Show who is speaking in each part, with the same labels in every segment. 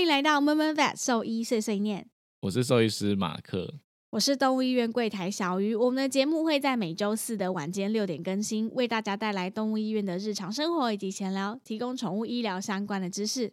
Speaker 1: 迎来到闷闷 vet 兽医碎碎念，
Speaker 2: 我是兽医师马克。
Speaker 1: 我是动物医院柜台小鱼。我们的节目会在每周四的晚间六点更新，为大家带来动物医院的日常生活以及闲聊，提供宠物医疗相关的知识。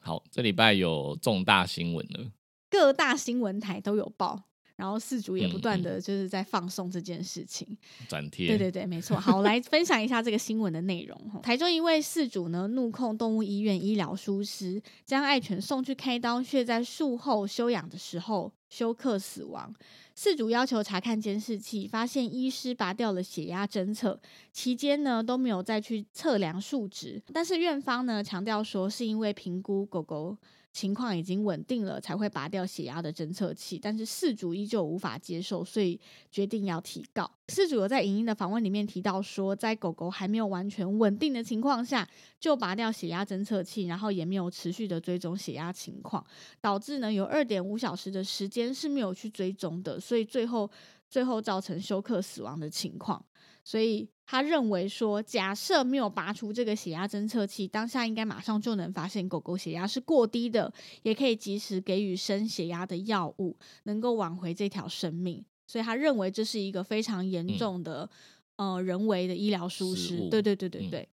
Speaker 2: 好，这礼拜有重大新闻了。
Speaker 1: 各大新闻台都有报，然后四主也不断
Speaker 2: 嗯嗯
Speaker 1: 的就是在放送这件事情。
Speaker 2: 转贴，
Speaker 1: 对对对，没错。好，我来分享一下这个新闻的内容。吼 台中一位饲主呢，怒控动物医院医疗疏失，将爱犬送去开刀，却在术后休养的时候休克死亡。饲主要求查看监视器，发现医师拔掉了血压侦测，期间呢都没有再去测量数值。但是院方呢强调说，是因为评估狗狗。情况已经稳定了，才会拔掉血压的侦测器，但是事主依旧无法接受，所以决定要提告。事主有在影音的访问里面提到说，在狗狗还没有完全稳定的情况下，就拔掉血压侦测器，然后也没有持续的追踪血压情况，导致呢有二点五小时的时间是没有去追踪的，所以最后最后造成休克死亡的情况。所以他认为说，假设没有拔除这个血压侦测器，当下应该马上就能发现狗狗血压是过低的，也可以及时给予升血压的药物，能够挽回这条生命。所以他认为这是一个非常严
Speaker 2: 嗯
Speaker 1: 重的、呃人为的医疗疏
Speaker 2: 失
Speaker 1: 失。
Speaker 2: 误
Speaker 1: 对对对对
Speaker 2: 嗯
Speaker 1: 对。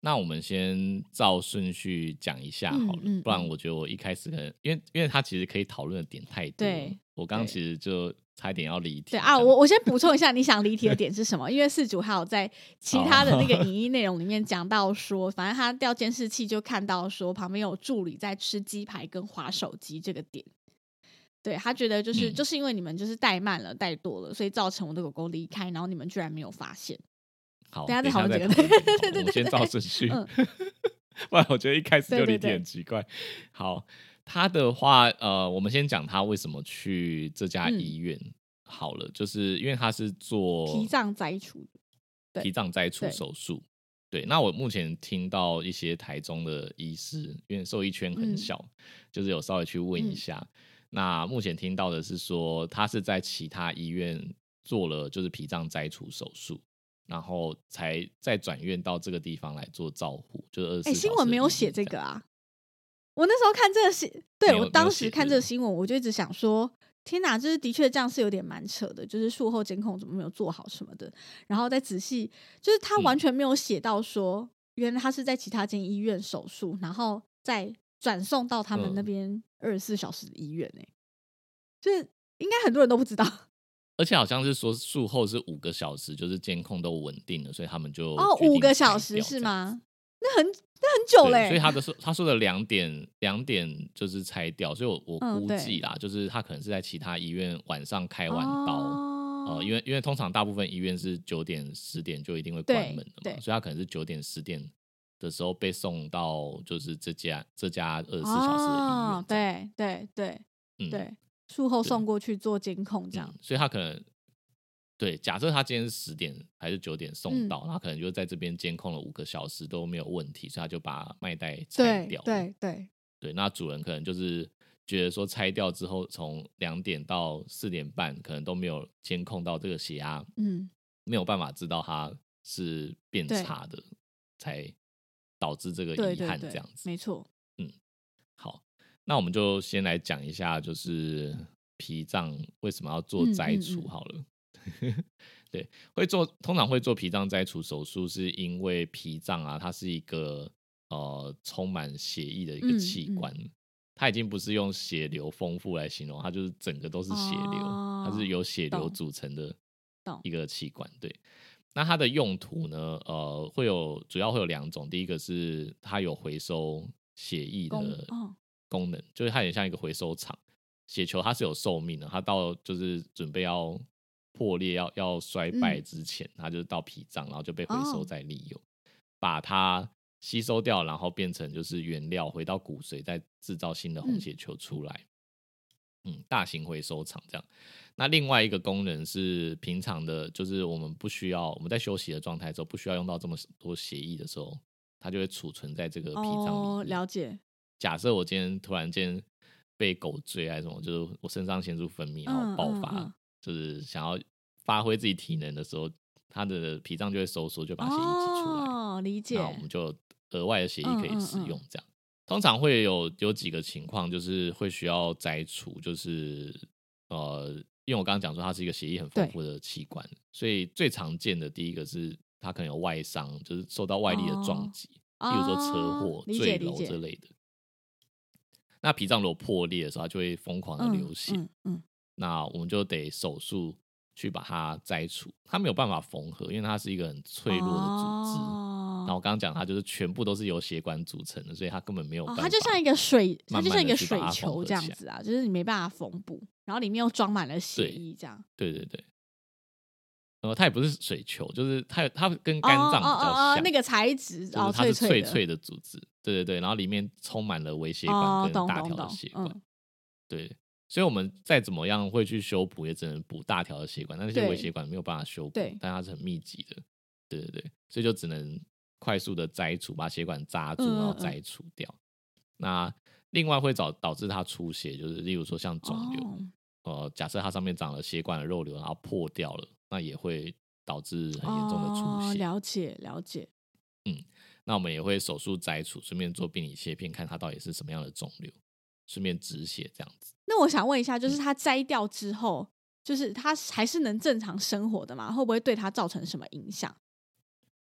Speaker 2: 那我们先照顺序讲一下好了，
Speaker 1: 嗯嗯
Speaker 2: 不然
Speaker 1: 嗯
Speaker 2: 我觉得我一开始可能，因为因为它其实可以讨论的点太多了
Speaker 1: 对，
Speaker 2: 我刚刚
Speaker 1: 对
Speaker 2: 其实就差一点要离题。
Speaker 1: 对
Speaker 2: 这
Speaker 1: 啊，
Speaker 2: 样
Speaker 1: 我我先补充一下，你想离题的点是什么？因为事主还有在其他的那个
Speaker 2: 好啊
Speaker 1: 影音内容里面讲到说，反正他调监视器就看到说旁边有助理在吃鸡排跟划手机这个点。对他觉得就是、
Speaker 2: 嗯
Speaker 1: 就是因为你们就是怠慢了、怠惰了，所以造成我的狗狗离开，然后你们居然没有发现。
Speaker 2: 好，
Speaker 1: 等
Speaker 2: 等
Speaker 1: 下
Speaker 2: 一
Speaker 1: 再讨论
Speaker 2: 下讨论
Speaker 1: 这
Speaker 2: 这
Speaker 1: 个对对对
Speaker 2: 个好我们先
Speaker 1: 对
Speaker 2: 照
Speaker 1: 对
Speaker 2: 顺序，
Speaker 1: 嗯
Speaker 2: 不然我觉得一开始
Speaker 1: 对
Speaker 2: 就
Speaker 1: 对
Speaker 2: 离题
Speaker 1: 对
Speaker 2: 很奇怪。好，他的话，呃，我们先讲他为什么去这家
Speaker 1: 嗯
Speaker 2: 医院、好了，就是因为他是做
Speaker 1: 脾脏摘除，对
Speaker 2: 脾脏摘除
Speaker 1: 对
Speaker 2: 手术。对，那我目前听到一些台中的医师，因为兽医圈很
Speaker 1: 嗯
Speaker 2: 小，就是有稍微去问一
Speaker 1: 嗯
Speaker 2: 下。那目前听到的是说，他是在其他医院做了就是脾脏摘除手术，然后才再转院到这个地方来做照护，就是二十四
Speaker 1: 哎、
Speaker 2: 小时。
Speaker 1: 新闻没有写这个，啊！我那时候看这个新，对
Speaker 2: 没有
Speaker 1: 我
Speaker 2: 没有
Speaker 1: 当
Speaker 2: 写
Speaker 1: 时
Speaker 2: 是
Speaker 1: 看
Speaker 2: 不
Speaker 1: 这个
Speaker 2: 是
Speaker 1: 新闻，我就一直想说，天哪，就是的确这样是有点蛮扯的，就是术后监控怎么没有做好什么的，然后再仔细，就是他完
Speaker 2: 嗯
Speaker 1: 全没有写到说，原来他是在其他间医院手术，然后再转送到他们那
Speaker 2: 嗯
Speaker 1: 边二十四小时的医院呢、就是应该很多人都不知道。
Speaker 2: 而且好像是说术后是五个小时，就是监控都稳定了，所以他们就
Speaker 1: 哦，
Speaker 2: 决
Speaker 1: 五
Speaker 2: 定
Speaker 1: 个
Speaker 2: 拆
Speaker 1: 小
Speaker 2: 掉
Speaker 1: 时
Speaker 2: 这
Speaker 1: 是
Speaker 2: 样
Speaker 1: 吗？那很那很久
Speaker 2: 对，
Speaker 1: 嘞、
Speaker 2: 所以他的说他说的两点两点就是拆掉，所以我我
Speaker 1: 嗯
Speaker 2: 估
Speaker 1: 对
Speaker 2: 计啦，就是他可能是在其他医院晚上开完刀，
Speaker 1: 哦
Speaker 2: 呃，因为因为通常大部分医院是九点十点就一定会关
Speaker 1: 对
Speaker 2: 门的
Speaker 1: 对
Speaker 2: 嘛，所以他可能是九点十点的时候被送到就是这家这家二十四小时的医院
Speaker 1: 哦，对对对
Speaker 2: 对嗯
Speaker 1: 对，术后
Speaker 2: 对
Speaker 1: 送过去做监控这样
Speaker 2: 嗯。，所以他可能。对，假设他今天是十点还是九点送
Speaker 1: 嗯
Speaker 2: 到，他可能就在这边监控了五个小时都没有问题，所以他就把麦袋拆
Speaker 1: 对
Speaker 2: 掉了。
Speaker 1: 对对，
Speaker 2: 对，那主人可能就是觉得说拆掉之后，从两点到四点半，可能都没有监控到这个血压，
Speaker 1: 嗯，
Speaker 2: 没有办法知道它是变
Speaker 1: 对
Speaker 2: 差的，才导致这个
Speaker 1: 对
Speaker 2: 遗
Speaker 1: 对
Speaker 2: 憾
Speaker 1: 对
Speaker 2: 这样，子。
Speaker 1: 没错。
Speaker 2: 好，那我们就先来讲一下，就是脾脏为什么要做
Speaker 1: 嗯
Speaker 2: 摘
Speaker 1: 嗯
Speaker 2: 除
Speaker 1: 嗯
Speaker 2: 好了。 对，会做通常会做脾脏摘除手术，是因为脾脏啊，它是一个呃充满血液的一
Speaker 1: 嗯
Speaker 2: 个器
Speaker 1: 嗯
Speaker 2: 官，它已经不是用血流丰富来形容，它就是整个都是血流，它
Speaker 1: 哦
Speaker 2: 是由血流
Speaker 1: 懂
Speaker 2: 组成的
Speaker 1: 懂
Speaker 2: 一个器官。对，那它的用途呢？呃，会有主要会有两种，第一个是它有回收血液
Speaker 1: 功
Speaker 2: 的
Speaker 1: 哦
Speaker 2: 功能，就是它很像一个回收厂。血球它是有寿命的，它到就是准备要破裂、要要衰败
Speaker 1: 嗯
Speaker 2: 之前，它就是到脾脏，然后就被回收
Speaker 1: 哦
Speaker 2: 再利用，把它吸收掉，然后变成就是原料，回到骨髓，再制造新的红
Speaker 1: 嗯
Speaker 2: 血球出来。嗯，大型回收厂这样。那另外一个功能是平常的，就是我们不需要我们在休息的状态之后，不需要用到这么多血液的时候，它就会储存在这个脾脏里面。
Speaker 1: 哦，了解。
Speaker 2: 假设我今天突然间被狗追还是什么，就是我肾上腺素分泌然
Speaker 1: 嗯
Speaker 2: 后爆
Speaker 1: 嗯
Speaker 2: 发，
Speaker 1: 嗯
Speaker 2: 就是想要发挥自己体能的时候，它的脾脏就会收缩，就把血液挤出来，
Speaker 1: 哦，理解嗯
Speaker 2: 那。我们就有额外的血液可以使用这样。通常会有有几个情况，就是会需要摘除，就是呃，因为我刚刚讲说它是一个血液很丰富的器官，所以最常见的第一个是它可能有外伤，就是受到外力的撞击，
Speaker 1: 哦
Speaker 2: 例如说车
Speaker 1: 哦
Speaker 2: 祸、
Speaker 1: 理解
Speaker 2: 坠
Speaker 1: 理
Speaker 2: 楼
Speaker 1: 解
Speaker 2: 之类的。那脾脏如果破裂的时候，它就会疯狂的流血，
Speaker 1: 嗯嗯
Speaker 2: 那我们就得手术去把它摘除。它没有办法缝合，因为它是一个很脆弱的组织。
Speaker 1: 哦
Speaker 2: 那我刚刚讲，它就是全部都是由血管组成的，所以它根本没有
Speaker 1: 哦
Speaker 2: 办，法。
Speaker 1: 它就像一个水，它
Speaker 2: 慢
Speaker 1: 就
Speaker 2: 慢
Speaker 1: 像一
Speaker 2: 地
Speaker 1: 个
Speaker 2: 去
Speaker 1: 水
Speaker 2: 把它缝
Speaker 1: 球
Speaker 2: 合
Speaker 1: 这样
Speaker 2: 起来
Speaker 1: 子啊，就是你没办法缝补，然后里面又装满了血
Speaker 2: 对
Speaker 1: 液这样。哦
Speaker 2: 对对对，呃，它也不是水球，就是它有它跟肝脏比较像，
Speaker 1: 哦哦哦哦那个材质
Speaker 2: 就
Speaker 1: 哦，
Speaker 2: 是它是脆
Speaker 1: 的
Speaker 2: 脆的组织。对对对，然后里面充满了微血
Speaker 1: 哦
Speaker 2: 管，跟
Speaker 1: 懂
Speaker 2: 大
Speaker 1: 懂
Speaker 2: 条的
Speaker 1: 懂
Speaker 2: 血管。
Speaker 1: 嗯
Speaker 2: 对，所以我们再怎么样会去修补，也只能补大条的血管，但那些
Speaker 1: 对
Speaker 2: 微血管没有办法修补
Speaker 1: 对，
Speaker 2: 但它是很密集的。对对对，所以就只能快速的摘除，把血管扎住，
Speaker 1: 嗯嗯
Speaker 2: 然后
Speaker 1: 嗯
Speaker 2: 摘除掉。那另外会导导致它出血，就是例如说像肿瘤，
Speaker 1: 哦
Speaker 2: 呃，假设它上面长了血管的肉瘤，然后破掉了，那也会导致很严重的出
Speaker 1: 哦
Speaker 2: 血。
Speaker 1: 了解了解，
Speaker 2: 那我们也会手术摘除，顺便做病理切片，看它到底是什么样的肿瘤，顺便止血这样子。
Speaker 1: 那我想问一下，
Speaker 2: 嗯
Speaker 1: 就是它摘掉之后，就是它还是能正常生活的吗？会不会对它造成什么影响？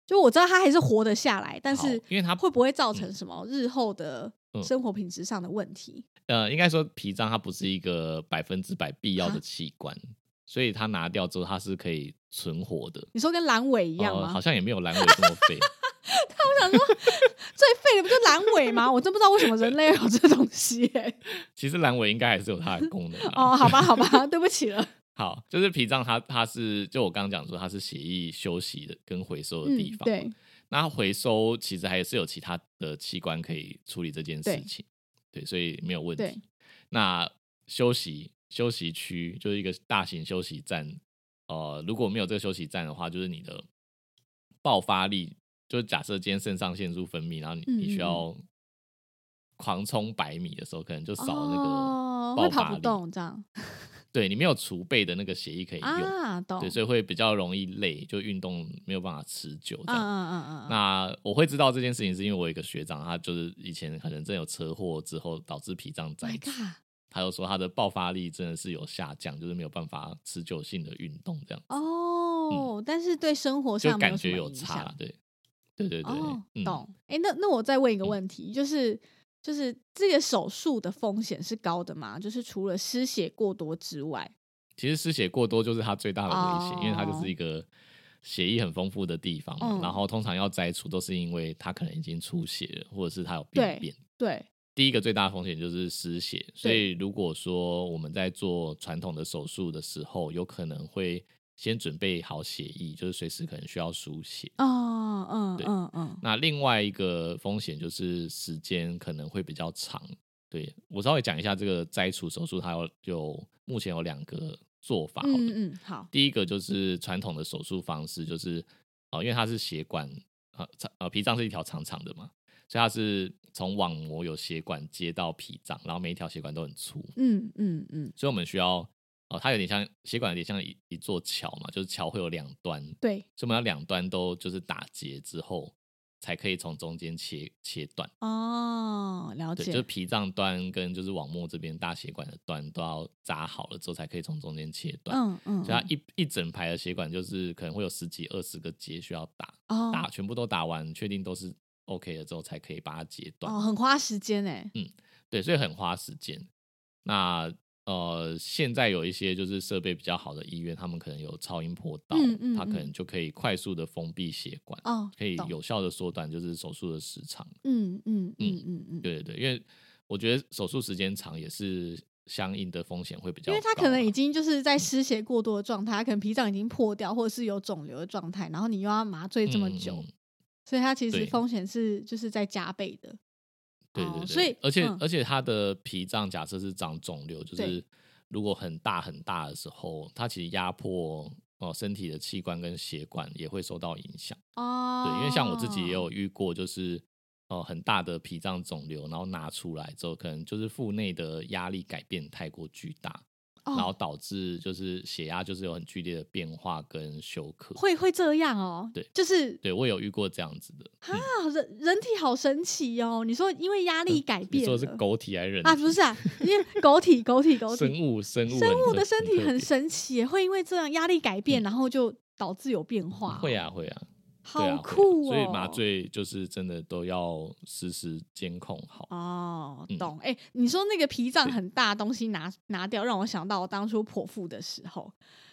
Speaker 1: 就我知道它还是活得下来，但
Speaker 2: 好
Speaker 1: 是
Speaker 2: 因为它
Speaker 1: 会不会造成什么日后的
Speaker 2: 嗯
Speaker 1: 生活品质上的问题？
Speaker 2: 呃，应该说脾脏它不是一个百分之百必要
Speaker 1: 啊
Speaker 2: 的器官，所以它拿掉之后它是可以存活的。
Speaker 1: 你说跟阑尾一样
Speaker 2: 呃，
Speaker 1: 吗？
Speaker 2: 好像也没有阑尾这么 废。
Speaker 1: 最废的不就阑尾吗？我真不知道为什么人类有这东西、 欸。
Speaker 2: 其实阑尾应该还是有它的功能、啊。
Speaker 1: 哦，好吧，好吧，对不起了。
Speaker 2: 好，就是脾脏它它是就我刚刚讲说它是血液休息的跟回收的
Speaker 1: 嗯
Speaker 2: 地方，，
Speaker 1: 对，
Speaker 2: 那它回收其实还是有其他的器官可以处理这件
Speaker 1: 对
Speaker 2: 事情，对，所以没有问
Speaker 1: 对
Speaker 2: 题。那休息休息区就是一个大型休息站，呃，如果没有这个休息站的话，就是你的爆发力，就是假设今天肾上腺素分泌，然后你
Speaker 1: 嗯
Speaker 2: 你
Speaker 1: 嗯嗯
Speaker 2: 需要狂冲百米的时候，可能就少了那
Speaker 1: 哦
Speaker 2: 个
Speaker 1: 会
Speaker 2: 爆
Speaker 1: 跑
Speaker 2: 发
Speaker 1: 不
Speaker 2: 力，
Speaker 1: 动这样
Speaker 2: 对你没有储备的那个血液可以用，
Speaker 1: 啊，懂。
Speaker 2: 对，所以会比较容易累，就运动没有办法持久
Speaker 1: 嗯
Speaker 2: 这样。
Speaker 1: 嗯嗯嗯嗯，
Speaker 2: 那我会知道这件事情，是因为我有一个学长，他就是以前可能真的有车祸之后导致脾脏摘
Speaker 1: My
Speaker 2: 除，
Speaker 1: God，
Speaker 2: 他就说他的爆发力真的是有下降，就是没有办法持久性的运动，这样
Speaker 1: 哦，但是对生活
Speaker 2: 嗯就
Speaker 1: 上没
Speaker 2: 感觉
Speaker 1: 什么
Speaker 2: 有
Speaker 1: 影
Speaker 2: 差
Speaker 1: 响
Speaker 2: 啦，对，对对对，
Speaker 1: 哦，
Speaker 2: 嗯，
Speaker 1: 懂。哎、那那我再问一个
Speaker 2: 嗯
Speaker 1: 问题，就是就是这个手术的风险是高的吗？就是除了失血过多之外，
Speaker 2: 其实失血过多就是它最大的危险，因为它就
Speaker 1: 哦
Speaker 2: 是一个血液很丰富的地方嘛。
Speaker 1: 嗯
Speaker 2: 然后通常要摘除都是因为它可能已经出血了，或者是它有病
Speaker 1: 对
Speaker 2: 变。
Speaker 1: 对，
Speaker 2: 第一个最大的风险就是失血，所以如果说我们在做传统的手术的时候，有可能会先准备好血液，就是随时可能需要输血。
Speaker 1: 哦，嗯
Speaker 2: 对
Speaker 1: 嗯嗯，
Speaker 2: 那另外一个风险就是时间可能会比较长。对我稍微讲一下这个摘除手术，它有有目前有两个做法好了。
Speaker 1: 嗯嗯，好，
Speaker 2: 第一个就是传统的手术方式，就是呃，因为它是血管呃长呃脾脏是一条长长的嘛，所以它是从网膜有血管接到脾脏，然后每一条血管都很粗，
Speaker 1: 嗯嗯嗯，
Speaker 2: 所以我们需要呃它有点像血管有点像一一座桥嘛，就是桥会有两端，
Speaker 1: 对，
Speaker 2: 所以我们要两端都就是打结之后，才可以从中间切切断。
Speaker 1: 哦，了
Speaker 2: 对，就是
Speaker 1: 解，
Speaker 2: 脾脏端跟就是网膜这边大血管的端都要扎好了之后，才可以从中间切断。
Speaker 1: 嗯嗯，
Speaker 2: 所以它
Speaker 1: 嗯
Speaker 2: 一一整排的血管就是可能会有十几二十个结需要打，打
Speaker 1: 哦
Speaker 2: 全部都打完，确定都是 OK 了之后，才可以把它截断。
Speaker 1: 哦，很花时间哎、
Speaker 2: 嗯对，所以很花时间。那呃，现在有一些就是设备比较好的医院，他们可能有超音波刀，
Speaker 1: 嗯嗯
Speaker 2: 它可能
Speaker 1: 嗯
Speaker 2: 就可以快速的封闭血管，
Speaker 1: 哦，
Speaker 2: 可以
Speaker 1: 懂，
Speaker 2: 有效的缩短就是手术的时长。
Speaker 1: 嗯嗯嗯嗯嗯，
Speaker 2: 对对对，因为我觉得手术时间长也是相应的风险会比较
Speaker 1: 因
Speaker 2: 高啊，
Speaker 1: 为他可能已经就是在失血过多的状态，他可能脾脏已经破掉，或者是有肿瘤的状态，然后你又要麻醉这么
Speaker 2: 嗯嗯
Speaker 1: 久，
Speaker 2: 嗯
Speaker 1: 所以它其实
Speaker 2: 对
Speaker 1: 风险是就是在加倍的。
Speaker 2: 对
Speaker 1: 哦
Speaker 2: 对对，
Speaker 1: 所以
Speaker 2: 而且、
Speaker 1: 嗯
Speaker 2: 而且它的脾脏假设是长肿瘤，就
Speaker 1: 对
Speaker 2: 是如果很大很大的时候，它其实压迫哦、呃身体的器官跟血管也会受到影响。
Speaker 1: 哦，
Speaker 2: 对，因为像我自己也有遇过，就是呃很大的脾脏肿瘤，然后拿出来之后，可能就是腹内的压力改变太过巨大，
Speaker 1: 哦
Speaker 2: 然后导致就是血压就是有很剧烈的变化跟休克。
Speaker 1: 会会这样哦，
Speaker 2: 对
Speaker 1: 就是
Speaker 2: 对我有遇过这样子的，嗯
Speaker 1: 啊，人人体好神奇哦。你说因为压力改
Speaker 2: 呃你
Speaker 1: 变
Speaker 2: 说
Speaker 1: 了
Speaker 2: 的是狗体还是人
Speaker 1: 啊，
Speaker 2: 体？
Speaker 1: 不是啊，因为狗体狗体狗体
Speaker 2: 生物生物
Speaker 1: 生物
Speaker 2: 很
Speaker 1: 的
Speaker 2: 特
Speaker 1: 身体
Speaker 2: 特
Speaker 1: 很
Speaker 2: 别嗯
Speaker 1: 神奇耶，会因为这样压力改变，然后就导致有变化。
Speaker 2: 会，啊会啊，对啊
Speaker 1: 好
Speaker 2: 会啊
Speaker 1: 酷哦。
Speaker 2: 所以麻醉就是真的都要实时监控好。
Speaker 1: 哦
Speaker 2: 嗯，
Speaker 1: 懂。哎、你说那个脾脏
Speaker 2: 对
Speaker 1: 很大的东西拿拿掉，让我想到我当初剖腹的时候，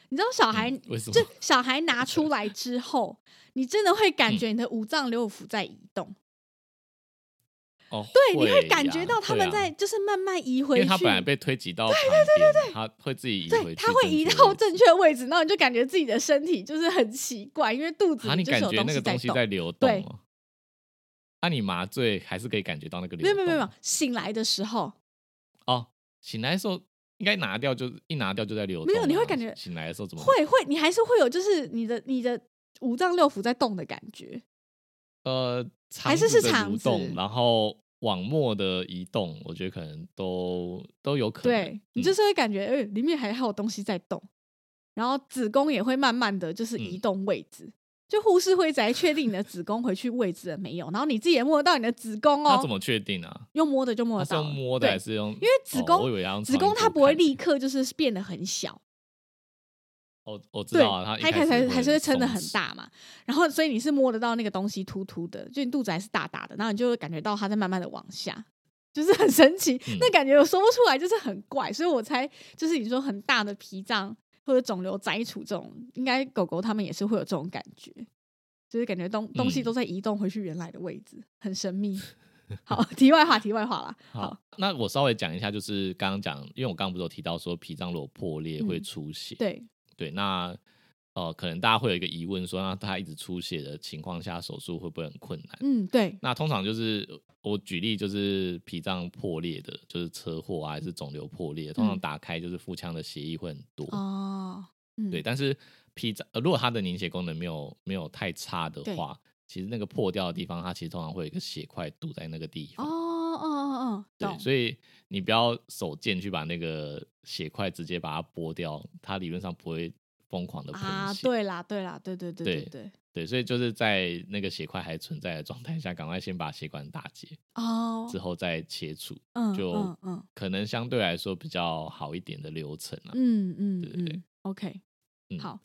Speaker 1: 你知道小孩、
Speaker 2: 嗯为什么
Speaker 1: 就小孩拿出来之后，你真的会
Speaker 2: 嗯
Speaker 1: 感觉你的五脏六腑在移动，
Speaker 2: 哦，
Speaker 1: 对，你
Speaker 2: 会
Speaker 1: 会感觉
Speaker 2: 呀
Speaker 1: 到他
Speaker 2: 会
Speaker 1: 们
Speaker 2: 啊
Speaker 1: 在就是慢慢移
Speaker 2: 因
Speaker 1: 回
Speaker 2: 为他
Speaker 1: 去
Speaker 2: 本。来被推挤到旁边，对对对他会自己移回
Speaker 1: 对，
Speaker 2: 去，
Speaker 1: 他会移到。正确位置，然后你就感觉自己的身体就是很奇怪，因为肚子
Speaker 2: 啊，
Speaker 1: 里
Speaker 2: 你
Speaker 1: 就是
Speaker 2: 感
Speaker 1: 有
Speaker 2: 觉那个
Speaker 1: 在
Speaker 2: 东西
Speaker 1: 动。
Speaker 2: 在流动
Speaker 1: 对
Speaker 2: 哦。那、你麻醉还是可以感觉到那个流
Speaker 1: 没有
Speaker 2: 动
Speaker 1: 没
Speaker 2: 吗。
Speaker 1: 有没有没有，醒来的时候，
Speaker 2: 哦，醒来的时候应该拿掉就，一拿掉就在流动啊。
Speaker 1: 没有你会感觉
Speaker 2: 醒来的时候怎么
Speaker 1: 会会，你还是会有就是你的你的五脏六腑在动的感觉。
Speaker 2: 呃，
Speaker 1: 还是
Speaker 2: 肠子
Speaker 1: 是
Speaker 2: 的
Speaker 1: 肠
Speaker 2: 蠕
Speaker 1: 子
Speaker 2: 动，然后网膜的移动，我觉得可能都都有可能。嗯
Speaker 1: 对你就是会感觉，哎、里面还还有东西在动，然后子宫也会慢慢的就是移
Speaker 2: 嗯
Speaker 1: 动位置。就护士会在确定你的子宫回去位置了没有，然后你自己也摸得到你的子宫
Speaker 2: 那
Speaker 1: 哦
Speaker 2: 怎，么确定啊？
Speaker 1: 用摸的就摸得
Speaker 2: 它是
Speaker 1: 到了，
Speaker 2: 用摸的
Speaker 1: 对
Speaker 2: 还是用？因
Speaker 1: 为子
Speaker 2: 哦、
Speaker 1: 宫
Speaker 2: 我以为要用
Speaker 1: 子宫
Speaker 2: 超音
Speaker 1: 它
Speaker 2: 波
Speaker 1: 不会
Speaker 2: 看
Speaker 1: 立刻就是变得很小，
Speaker 2: 哦，我知
Speaker 1: 对，
Speaker 2: 道啊，它
Speaker 1: 它
Speaker 2: 一
Speaker 1: 一开始还还是会撑
Speaker 2: 撑
Speaker 1: 得很。大嘛，然后所以你是摸得到那个东西凸凸的，就你肚子还是大大的，然后你就会感觉到它在慢慢的往下，就是很神奇，
Speaker 2: 嗯
Speaker 1: 那感觉我说不出来，就是很怪，所以我猜就是你说很大的脾脏或者肿瘤摘除这种，应该狗狗它们也是会有这种感觉，就是感觉东东西
Speaker 2: 嗯
Speaker 1: 都在移动回去原来的位置，很神秘。好， 题外话，题外话啦。
Speaker 2: 好，那我稍微讲一下，就是刚刚讲，因为我刚刚不是有提到说脾脏如果破裂会
Speaker 1: 嗯
Speaker 2: 出血，
Speaker 1: 对，
Speaker 2: 对，那呃，可能大家会有一个疑问说，那它一直出血的情况下，手术会不会很困难？
Speaker 1: 嗯，对，
Speaker 2: 那通常就是我举例，就是脾脏破裂的，就是车祸啊，还是肿瘤破裂，通常
Speaker 1: 嗯
Speaker 2: 打开就是腹腔的血液会很多，
Speaker 1: 哦，嗯，
Speaker 2: 对。但是脾脏、呃如果它的凝血功能没有没有太差的
Speaker 1: 对
Speaker 2: 话，其实那个破掉的地方，它其实通常会有一个血块堵在那个地
Speaker 1: 哦，
Speaker 2: 方，
Speaker 1: 哦哦哦，
Speaker 2: 对，
Speaker 1: 懂，
Speaker 2: 所以你不要手贱去把那个血块直接把它剥掉，它理论上不会疯狂的喷血。
Speaker 1: 啊，对啦，对啦，对对对对
Speaker 2: 对
Speaker 1: 对。
Speaker 2: 对所以就是在那个血块还存在的状态下，赶快先把血管打结，
Speaker 1: 哦，
Speaker 2: 之后再切除，
Speaker 1: 嗯
Speaker 2: 就
Speaker 1: 嗯嗯
Speaker 2: 可能相对来说比较好一点的流程啊。
Speaker 1: 嗯嗯
Speaker 2: 对对对
Speaker 1: 嗯，OK，
Speaker 2: 嗯
Speaker 1: 好，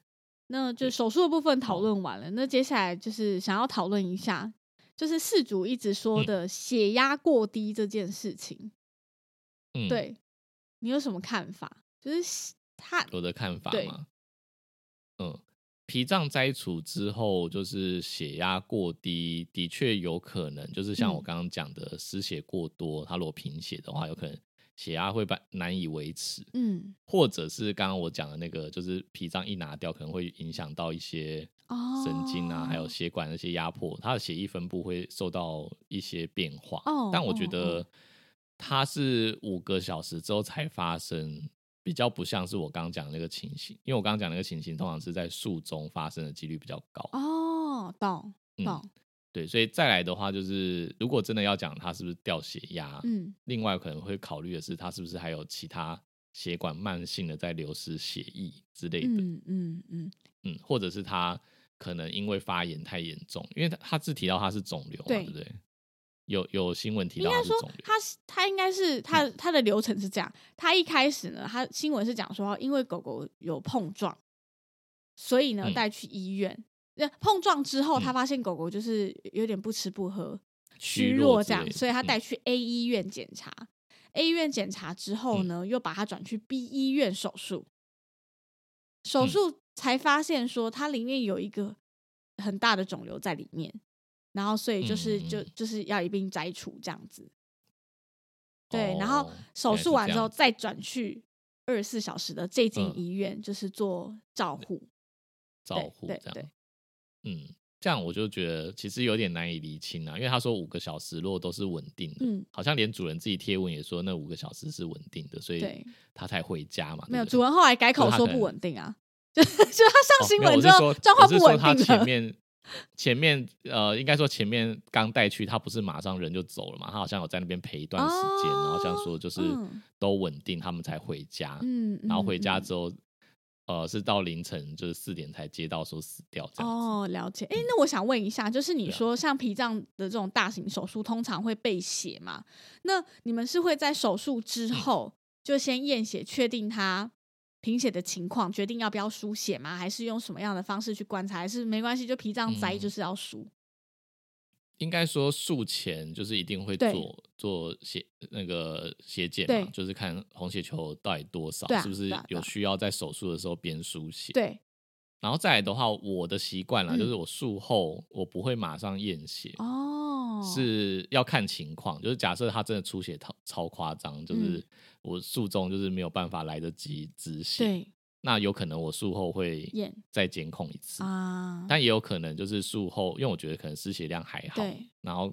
Speaker 1: 那就
Speaker 2: 对嗯
Speaker 1: 手术的部分讨
Speaker 2: 好
Speaker 1: 论完了，那接下来就是想要讨论一下，就是事主一直说
Speaker 2: 嗯
Speaker 1: 的血压过低这件事情，
Speaker 2: 嗯，，
Speaker 1: 对你有什么看法？就是血他
Speaker 2: 我的看法
Speaker 1: 对
Speaker 2: 嘛，嗯，脾脏摘除之后，就是血压过低，的确有可能，就是像我
Speaker 1: 嗯
Speaker 2: 刚刚讲的，失血过多，它如果贫血的话，有可能血压会把难以维持。
Speaker 1: 嗯
Speaker 2: 或者是刚刚我讲的那个，就是脾脏一拿掉，可能会影响到一些
Speaker 1: 哦
Speaker 2: 神经啊，还有血管那些压迫，它的血液分布会受到一些变化。
Speaker 1: 哦
Speaker 2: 但我觉
Speaker 1: 哦
Speaker 2: 得它是五个小时之后才发生，比较不像是我刚刚讲的那个情形，因为我刚刚讲的那个情形通常是在术中发生的几率比较高。
Speaker 1: 哦，懂
Speaker 2: 嗯，
Speaker 1: 懂，
Speaker 2: 对，所以再来的话，就是如果真的要讲它是不是掉血压，
Speaker 1: 嗯
Speaker 2: 另外可能会考虑的是，它是不是还有其他血管慢性的在流失血液之类的，嗯
Speaker 1: 嗯嗯嗯，
Speaker 2: 或者是它可能因为发炎太严重，因为它它是提到它是肿瘤嘛，
Speaker 1: 对
Speaker 2: 对不对？有有新闻提
Speaker 1: 应
Speaker 2: 到
Speaker 1: 该
Speaker 2: 它是
Speaker 1: 说
Speaker 2: 肿瘤，
Speaker 1: 他是他应该是他的
Speaker 2: 嗯
Speaker 1: 他的流程是这样，他一开始呢，他新闻是讲说，因为狗狗有碰撞，所以呢
Speaker 2: 嗯
Speaker 1: 带去医院。那碰撞之后，
Speaker 2: 嗯
Speaker 1: 他发现狗狗就是有点不吃不喝、虚
Speaker 2: 虚弱
Speaker 1: 弱
Speaker 2: 之
Speaker 1: 这样
Speaker 2: 类，的
Speaker 1: 所以他
Speaker 2: 嗯
Speaker 1: 带去 A 医院检查。A 医院检查之后
Speaker 2: 嗯
Speaker 1: 呢，又把他转去 B 医院手术。手
Speaker 2: 嗯
Speaker 1: 术才发现说，它里面有一个很大的肿瘤在里面，然后所以就是、就
Speaker 2: 嗯嗯
Speaker 1: 就是要一并摘除这样子。对，然
Speaker 2: 哦
Speaker 1: 后手术
Speaker 2: 原来是
Speaker 1: 完
Speaker 2: 这
Speaker 1: 之后
Speaker 2: 样
Speaker 1: 再转去二十四小时的这间
Speaker 2: 嗯
Speaker 1: 医院，就是做照护。
Speaker 2: 照护
Speaker 1: 对
Speaker 2: 这
Speaker 1: 对
Speaker 2: 样，嗯，这样我就觉得其实有点难以厘清啊，因为他说五个小时如果都是稳定的，
Speaker 1: 嗯
Speaker 2: 好像连主人自己贴文也说那五个小时是稳定的，所以
Speaker 1: 对
Speaker 2: 他才回家嘛，
Speaker 1: 没有，
Speaker 2: 对不对
Speaker 1: 主人后来改
Speaker 2: 就
Speaker 1: 口
Speaker 2: 他
Speaker 1: 说
Speaker 2: 可
Speaker 1: 不
Speaker 2: 能
Speaker 1: 稳定啊，就 就他上
Speaker 2: 哦
Speaker 1: 新
Speaker 2: 没有
Speaker 1: 闻
Speaker 2: 我
Speaker 1: 之
Speaker 2: 是
Speaker 1: 后
Speaker 2: 说
Speaker 1: 状
Speaker 2: 我
Speaker 1: 况
Speaker 2: 是
Speaker 1: 不
Speaker 2: 说
Speaker 1: 稳
Speaker 2: 他
Speaker 1: 定
Speaker 2: 前
Speaker 1: 了。
Speaker 2: 面前面呃，应该说前面刚带去，他不是马上人就走了嘛？他好像有在那边陪一段时间，然后像说就是
Speaker 1: 嗯
Speaker 2: 都稳定，他们才回家。
Speaker 1: 嗯，
Speaker 2: 然后回家
Speaker 1: 嗯
Speaker 2: 之后，呃，是到凌晨就是四点才接到说死掉这样子。嗯
Speaker 1: 哦，了解。哎、那我想问一下，就是你
Speaker 2: 对啊
Speaker 1: 说像脾脏的这种大型手术，通常会备血嘛？那你们是会在手术
Speaker 2: 嗯
Speaker 1: 之后就先验血，确定他贫血的情况，决定要不要输血吗？还是用什么样的方式去观察？还是没关系，就脾脏摘
Speaker 2: 嗯
Speaker 1: 就是要输？
Speaker 2: 应该说术前就是一定会
Speaker 1: 对
Speaker 2: 做做血那个血检
Speaker 1: 对
Speaker 2: 嘛，就是看红血球到底多少，
Speaker 1: 对啊
Speaker 2: 是不是
Speaker 1: 对啊对啊
Speaker 2: 有需要在手术的时候边输血。
Speaker 1: 对，
Speaker 2: 然后再来的话，我的习惯啦，
Speaker 1: 嗯
Speaker 2: 就是我术后我不会马上验血，
Speaker 1: 哦，，
Speaker 2: 是要看情况。就是假设他真的出血超超夸张，
Speaker 1: 嗯
Speaker 2: 就是我术中就是没有办法来得及止血，
Speaker 1: 对，
Speaker 2: 那有可能我术后会
Speaker 1: 验
Speaker 2: 再监控一次，
Speaker 1: 啊，
Speaker 2: 但也有可能就是术后，因为我觉得可能失血量还好，
Speaker 1: 对，
Speaker 2: 然后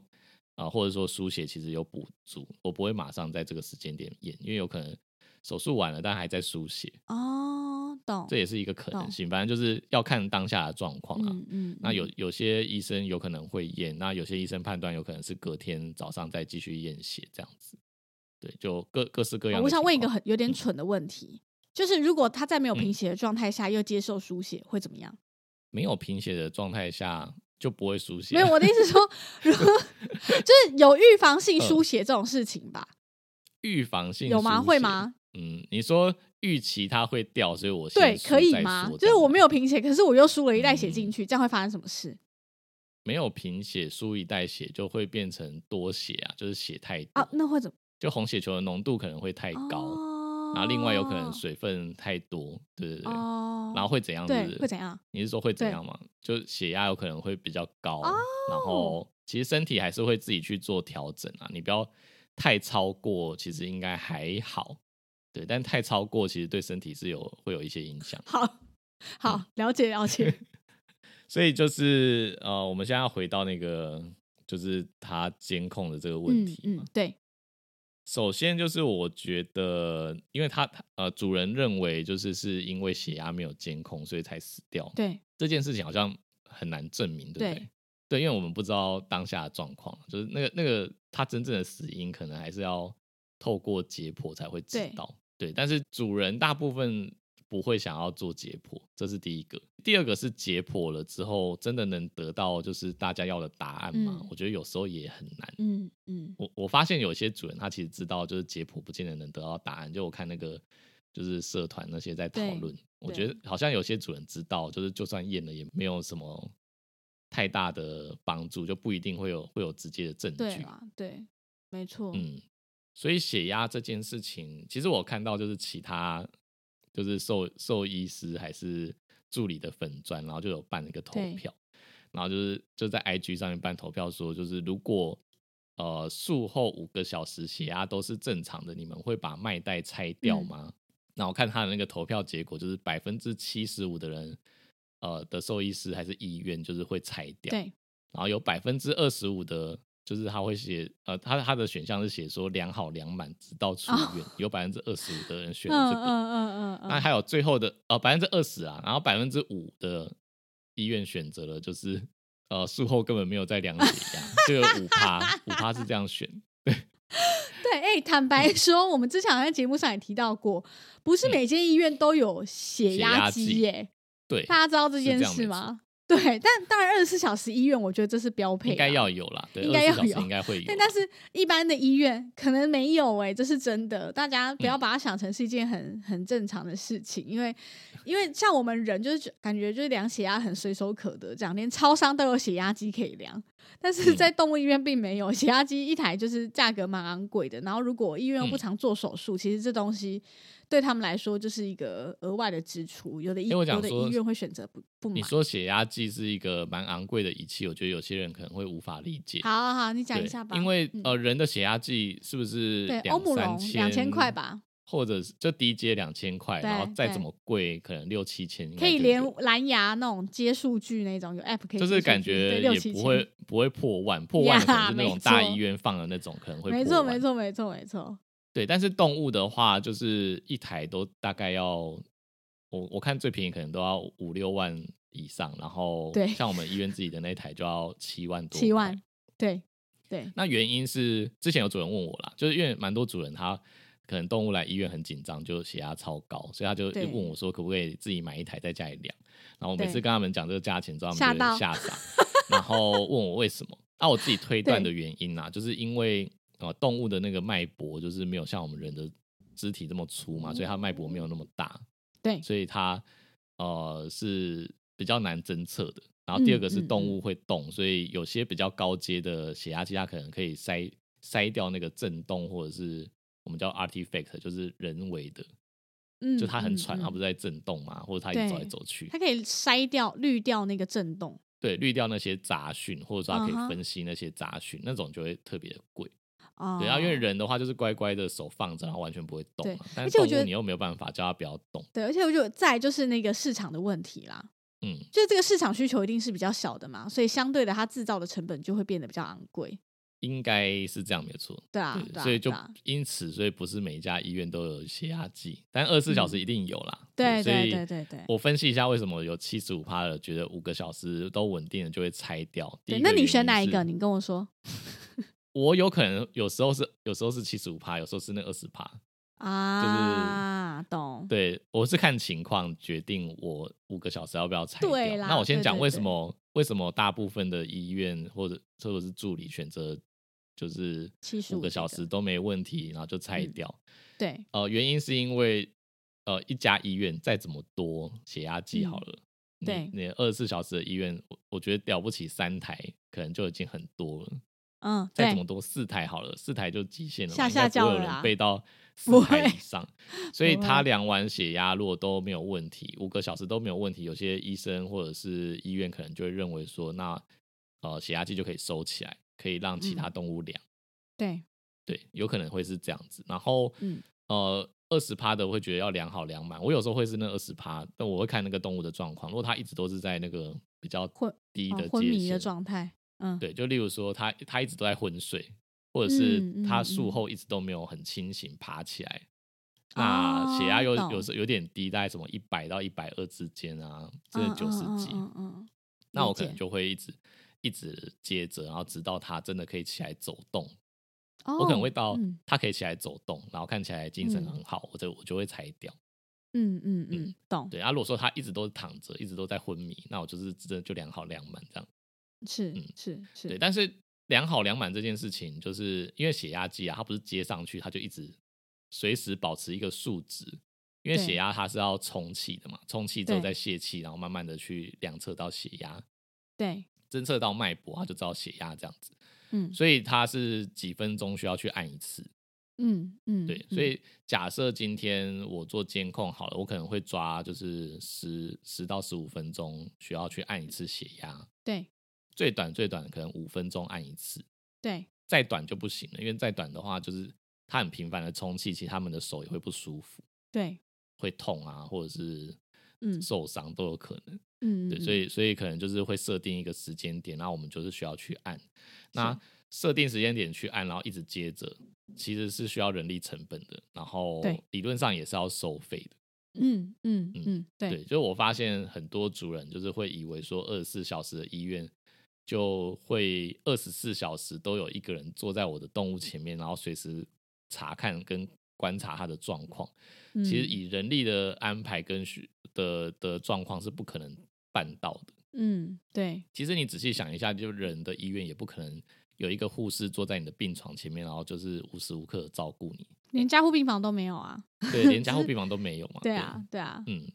Speaker 2: 啊、呃或者说输血其实有补足，我不会马上在这个时间点验，因为有可能手术完了但还在输血，
Speaker 1: 哦，懂，
Speaker 2: 这也是一个可能
Speaker 1: 懂
Speaker 2: 性。反正就是要看当下的状况啊。
Speaker 1: 嗯嗯，
Speaker 2: 那有
Speaker 1: 嗯
Speaker 2: 有些医生有可能会验，那有些医生判断有可能是隔天早上再继续验血这样子。对，就各各式各样
Speaker 1: 哦
Speaker 2: 的
Speaker 1: 我想
Speaker 2: 情
Speaker 1: 问一个
Speaker 2: 况
Speaker 1: 很有点
Speaker 2: 嗯
Speaker 1: 蠢的问题，就是如果他在没有贫
Speaker 2: 嗯
Speaker 1: 血的状态下又接受输血，会怎么样？
Speaker 2: 没有贫血的状态下就不会输血，
Speaker 1: 没有，我的意思是 说，如果就是有预防性输血这种事情吧，
Speaker 2: 预防性
Speaker 1: 有吗？
Speaker 2: 输
Speaker 1: 会
Speaker 2: 血？
Speaker 1: 吗？
Speaker 2: 嗯，你说预期它会掉，所以我先
Speaker 1: 对，
Speaker 2: 输
Speaker 1: 可以
Speaker 2: 再
Speaker 1: 吗
Speaker 2: 说？
Speaker 1: 就是
Speaker 2: 这样
Speaker 1: 我
Speaker 2: 吗
Speaker 1: 没有贫血，可是我又输了一袋血
Speaker 2: 嗯
Speaker 1: 进去，这样会发生什么事
Speaker 2: 没有贫血输一袋血就会变成多血啊，就是血太多，
Speaker 1: 啊？那会怎么？
Speaker 2: 就红血球的浓度可能会太高，
Speaker 1: 哦
Speaker 2: 然后另外有可能水分太多，对对对，
Speaker 1: 哦，
Speaker 2: 然后会怎样是不
Speaker 1: 对
Speaker 2: 是
Speaker 1: 会怎样？
Speaker 2: 你是说会怎
Speaker 1: 对哦
Speaker 2: 样吗？就血压有可能会比较高，然后其实身体还是会自己去做调整啊，你不要太超过，其实应该还好。对，但太超过其实对身体是有会有一些影响，
Speaker 1: 好
Speaker 2: 嗯
Speaker 1: 好了解了解
Speaker 2: 所以就是呃，我们现在要回到那个就是他监控的这个
Speaker 1: 嗯
Speaker 2: 问题嘛。
Speaker 1: 嗯，对，
Speaker 2: 首先就是我觉得，因为他他呃主人认为就是是因为血压没有监控，所以才死掉。
Speaker 1: 对
Speaker 2: 这件事情好像很难证明，对不对？
Speaker 1: 对
Speaker 2: 对因为我们不知道当下的状况，就是那个那个他真正的死因，可能还是要透过解剖才会知道。对，但是主人大部分不会想要做解剖，这是第一个。第二个是解剖了之后，真的能得到就是大家要的答案吗？
Speaker 1: 嗯
Speaker 2: 我觉得有时候也很难。
Speaker 1: 嗯嗯
Speaker 2: 我我发现有些主人他其实知道，就是解剖不见得能得到答案。就我看那个就是社团那些在讨
Speaker 1: 对
Speaker 2: 论，我
Speaker 1: 对
Speaker 2: 觉得好像有些主人知道，就是就算验了也没有什么太大的帮助，就不一定会有会有直接的证
Speaker 1: 对
Speaker 2: 据。
Speaker 1: 啦对，没错，
Speaker 2: 嗯，所以血压这件事情，其实我看到就是其他就是兽兽医师还是助理的粉砖，然后就有办了一个投
Speaker 1: 对
Speaker 2: 票，然后就是就在 IG 上面办投票说，就是如果呃术后五个小时血压都是正常的，你们会把脉带拆掉
Speaker 1: 嗯
Speaker 2: 吗？那我看他的那个投票结果，就是百分之七十五的人，呃的兽医师还是医院，就是会拆掉。
Speaker 1: 对
Speaker 2: 然后有百分之二十五的，就是他会写，呃，他他的选项是写说良好良满直到出院，有百分之二十五的人选了这个，
Speaker 1: 哦嗯嗯嗯
Speaker 2: 那还有最后的呃百分之二十啊，然后百分之五的医院选择了就是呃术后根本没有再量血压，就有 五趴，五趴是这样选，
Speaker 1: 对，哎、坦白
Speaker 2: 嗯
Speaker 1: 说，我们之前好像在节目上也提到过，不是每间医院都有血
Speaker 2: 血
Speaker 1: 压
Speaker 2: 压
Speaker 1: 机
Speaker 2: 计
Speaker 1: 耶、
Speaker 2: 对，
Speaker 1: 大家知道这
Speaker 2: 是
Speaker 1: 件
Speaker 2: 这样
Speaker 1: 事
Speaker 2: 没
Speaker 1: 吗？对，但当然二十四小时医院，我觉得这是标配，啊
Speaker 2: 应该。要有啦，对，
Speaker 1: 应
Speaker 2: 二
Speaker 1: 该
Speaker 2: 十
Speaker 1: 要
Speaker 2: 四小时
Speaker 1: 有
Speaker 2: 应该会有，
Speaker 1: 但但是一般的医院可能没有哎、这是真的。大家
Speaker 2: 嗯
Speaker 1: 不要把它想成是一件很、很正常的事情，因为因为像我们人就是觉感觉就是量血压很随手可得，这样连超商都有血压机可以量，但是
Speaker 2: 嗯
Speaker 1: 在动物医院并没有血压机一台，就是价格蛮昂贵的。然后如果医院又不
Speaker 2: 嗯
Speaker 1: 常做手术，其实这东西对他们来说就是一个额外的支出。有的医
Speaker 2: 因为我
Speaker 1: 有
Speaker 2: 讲
Speaker 1: 的
Speaker 2: 说
Speaker 1: 医院会选择不不买
Speaker 2: 你。说血压计是一个蛮昂贵的仪器，我觉得有些人可能会无法理解。
Speaker 1: 好好好，你讲一
Speaker 2: 对
Speaker 1: 下吧。
Speaker 2: 因为、
Speaker 1: 嗯
Speaker 2: 呃，人的血压计是不是
Speaker 1: 对欧
Speaker 2: 两
Speaker 1: 姆
Speaker 2: 三
Speaker 1: 龙
Speaker 2: 千
Speaker 1: 两千块，吧，
Speaker 2: 或者是就低阶两千块，
Speaker 1: 对
Speaker 2: 然后再
Speaker 1: 对
Speaker 2: 怎么贵，可能六七千应该
Speaker 1: 可以
Speaker 2: 就
Speaker 1: 连
Speaker 2: 有
Speaker 1: 蓝牙那种接数据那种有 app 可以接数据，
Speaker 2: 就是感
Speaker 1: 对
Speaker 2: 觉
Speaker 1: 六
Speaker 2: 也
Speaker 1: 七
Speaker 2: 不
Speaker 1: 千
Speaker 2: 会不会破 万，破
Speaker 1: 呀
Speaker 2: 万可能是那
Speaker 1: 没
Speaker 2: 种大
Speaker 1: 错
Speaker 2: 医院放的那种，可能会
Speaker 1: 没
Speaker 2: 破
Speaker 1: 错
Speaker 2: 万
Speaker 1: 没错没错没错，
Speaker 2: 对，但是动物的话，就是一台都大概要我我看最便宜可能都要五六万以上，然后
Speaker 1: 对
Speaker 2: 像我们医院自己的那台就要七万多，
Speaker 1: 七万。，对对，
Speaker 2: 那原因是之前有主人问我啦，就是因为蛮多主人他可能动物来医院很紧张，就血压超高，所以他就
Speaker 1: 对
Speaker 2: 问我说可不可以自己买一台在家里量。然后我每次
Speaker 1: 对
Speaker 2: 跟他们讲这个价钱之后，他
Speaker 1: 吓
Speaker 2: 们就
Speaker 1: 到
Speaker 2: 会吓傻，然后问我为什么。那、我自己推断
Speaker 1: 对
Speaker 2: 的原因啊，就是因为呃动物的那个脉搏就是没有像我们人的肢体这么粗嘛，所以它脉搏没有那么大，
Speaker 1: 对
Speaker 2: 所以它呃是比较难侦测的。然后第二个是
Speaker 1: 嗯嗯
Speaker 2: 动物会动，所以有些比较高阶的血压计，它可能可以筛筛掉那个震动，或者是我们叫 artifact，就是人为的，
Speaker 1: 嗯，
Speaker 2: 就它很
Speaker 1: 嗯
Speaker 2: 喘，
Speaker 1: 嗯
Speaker 2: 它不是在震动嘛，或者它一直走来
Speaker 1: 对
Speaker 2: 走去
Speaker 1: 它，可以筛掉、滤掉那个震动。
Speaker 2: 对，滤掉那些杂讯，或者说它可
Speaker 1: 嗯哼
Speaker 2: 以分析那些杂讯，那种就会特别的贵。
Speaker 1: 哦，
Speaker 2: 对啊，因为人的话就是乖乖的手放着，然后完全不会动
Speaker 1: 对
Speaker 2: 嘛。但
Speaker 1: 而
Speaker 2: 是
Speaker 1: 且我
Speaker 2: 动
Speaker 1: 觉得
Speaker 2: 物你又没有办法叫它不要动，
Speaker 1: 对，而且我觉得再来就是那个市场的问题啦，
Speaker 2: 嗯，
Speaker 1: 就是这个市场需求一定是比较小的嘛，所以相对的它制造的成本就会变得比较昂贵。
Speaker 2: 应该是这样没有错。
Speaker 1: 对啊，对
Speaker 2: 对，
Speaker 1: 啊
Speaker 2: 嗯所以就
Speaker 1: 对啊
Speaker 2: 因此，所以不是每一家医院都有血压计，但二十四小时一定有啦。
Speaker 1: 嗯对
Speaker 2: 所
Speaker 1: 对
Speaker 2: 以
Speaker 1: 对对对
Speaker 2: 我分析一下为什么有七十五趴的觉得五个小时都稳定的就会拆掉。第
Speaker 1: 对，
Speaker 2: 一
Speaker 1: 那
Speaker 2: 个
Speaker 1: 你
Speaker 2: 原
Speaker 1: 选
Speaker 2: 因
Speaker 1: 哪一
Speaker 2: 是
Speaker 1: 个？你跟我说
Speaker 2: 我有可能有时候是有时候是七十五趴，有时候是那二十趴。
Speaker 1: 啊，懂？
Speaker 2: 对，我是看情况决定我五个小时要不要拆掉。
Speaker 1: 对啦
Speaker 2: 那我先
Speaker 1: 对
Speaker 2: 讲
Speaker 1: 对
Speaker 2: 为
Speaker 1: 对
Speaker 2: 什么为什么大部分的医院或者或者是助理选择就是
Speaker 1: 75
Speaker 2: 五个小
Speaker 1: 这个
Speaker 2: 时都没问题，然后就拆
Speaker 1: 嗯
Speaker 2: 掉。
Speaker 1: 对
Speaker 2: 呃，原因是因为呃，一家医院再怎么多血压计
Speaker 1: 嗯
Speaker 2: 好了，
Speaker 1: 对
Speaker 2: 你二十四小时的医院，我我觉得了不起三台可能就已经很多了，
Speaker 1: 嗯，
Speaker 2: 再怎么
Speaker 1: 对
Speaker 2: 多四台好了，四台就极限了嘛，
Speaker 1: 下
Speaker 2: 应
Speaker 1: 下
Speaker 2: 该不
Speaker 1: 叫
Speaker 2: 会有
Speaker 1: 了
Speaker 2: 人
Speaker 1: 啦
Speaker 2: 背 到四
Speaker 1: 不
Speaker 2: 台以
Speaker 1: 会
Speaker 2: 上，所以
Speaker 1: 不
Speaker 2: 他
Speaker 1: 会
Speaker 2: 量完血压如果都没有问题，五个小时都没有问题，有些医生或者是医院可能就会认为说，那呃血压计就可以收起来，可以让其他
Speaker 1: 嗯
Speaker 2: 动物量。
Speaker 1: 对，
Speaker 2: 对，有可能会是这样子。然后，
Speaker 1: 嗯
Speaker 2: 呃，二十趴的我会觉得要量好量满。我有时候会是那二十趴，但我会看那个动物的状况。如果它一直都是在那个比较
Speaker 1: 昏
Speaker 2: 低
Speaker 1: 哦
Speaker 2: 的
Speaker 1: 昏
Speaker 2: 界
Speaker 1: 迷的
Speaker 2: 限
Speaker 1: 状态，嗯，
Speaker 2: 对，就例如说它它一直都在昏睡，或者是
Speaker 1: 嗯
Speaker 2: 它
Speaker 1: 嗯
Speaker 2: 术
Speaker 1: 嗯
Speaker 2: 后一直都没有很清醒爬起来。
Speaker 1: 哦
Speaker 2: 那血压有有
Speaker 1: 懂
Speaker 2: 时候有点低，大概什么一百到一百二之间啊，
Speaker 1: 嗯，
Speaker 2: 甚至九十
Speaker 1: 嗯
Speaker 2: 几。
Speaker 1: 嗯嗯嗯，
Speaker 2: 那
Speaker 1: 理
Speaker 2: 我可能
Speaker 1: 解
Speaker 2: 就会一直一直接着，然后直到它真的可以起来走动，
Speaker 1: 哦
Speaker 2: 我可能会到
Speaker 1: 嗯
Speaker 2: 他可以起来走动，然后看起来精神很好，我就我就会裁掉。
Speaker 1: 嗯嗯
Speaker 2: 嗯
Speaker 1: 嗯，懂，
Speaker 2: 对啊，如果说他一直都是躺着，一直都在昏迷，那我就是真的就良好良满这样。
Speaker 1: 是
Speaker 2: 嗯
Speaker 1: 是是，
Speaker 2: 对，但是良好良满这件事情，就是因为血压计啊，它不是接上去，它就一直随时保持一个数值，因为
Speaker 1: 对
Speaker 2: 血压它是要充气的嘛，充气之后
Speaker 1: 对
Speaker 2: 再泄气，然后慢慢的去量测到血压，
Speaker 1: 对，
Speaker 2: 侦测到脉搏，它就知道血压这样子。
Speaker 1: 嗯
Speaker 2: 所以它是几分钟需要去按一次。
Speaker 1: 嗯嗯，
Speaker 2: 对，
Speaker 1: 嗯
Speaker 2: 所以假设今天我做监控好了，我可能会抓就是十十到十五分钟需要去按一次血压，
Speaker 1: 对
Speaker 2: 最短最短可能五分钟按一次，
Speaker 1: 对
Speaker 2: 再短就不行了，因为再短的话就是它很频繁的充气，其实他们的手也会不舒服，
Speaker 1: 对，
Speaker 2: 会痛啊，或者是
Speaker 1: 嗯
Speaker 2: 受伤都有可能。
Speaker 1: 嗯，
Speaker 2: 对，
Speaker 1: 嗯
Speaker 2: 所
Speaker 1: 嗯
Speaker 2: 以所以可能就是会设定一个时间点，然后我们就是需要去按。那设定时间点去按，然后一直接着，其实是需要人力成本的，然后
Speaker 1: 对
Speaker 2: 理论上也是要收费的。
Speaker 1: 嗯嗯嗯，
Speaker 2: 对，
Speaker 1: 对
Speaker 2: 就是我发现很多主人就是会以为说二十四小时的医院就会二十四小时都有一个人坐在我的动物前面，然后随时查看跟观察它的状况。
Speaker 1: 嗯
Speaker 2: 其实以人力的安排跟需的的状况是不可能办到的。
Speaker 1: 嗯对
Speaker 2: 其实你仔细想一下，就人的医院也不可能有一个护士坐在你的病床前面，然后就是无时无刻地照顾 你，
Speaker 1: 连加护病房都没有啊，
Speaker 2: 对，连加护病房都没有嘛。
Speaker 1: 对啊对啊，
Speaker 2: 嗯，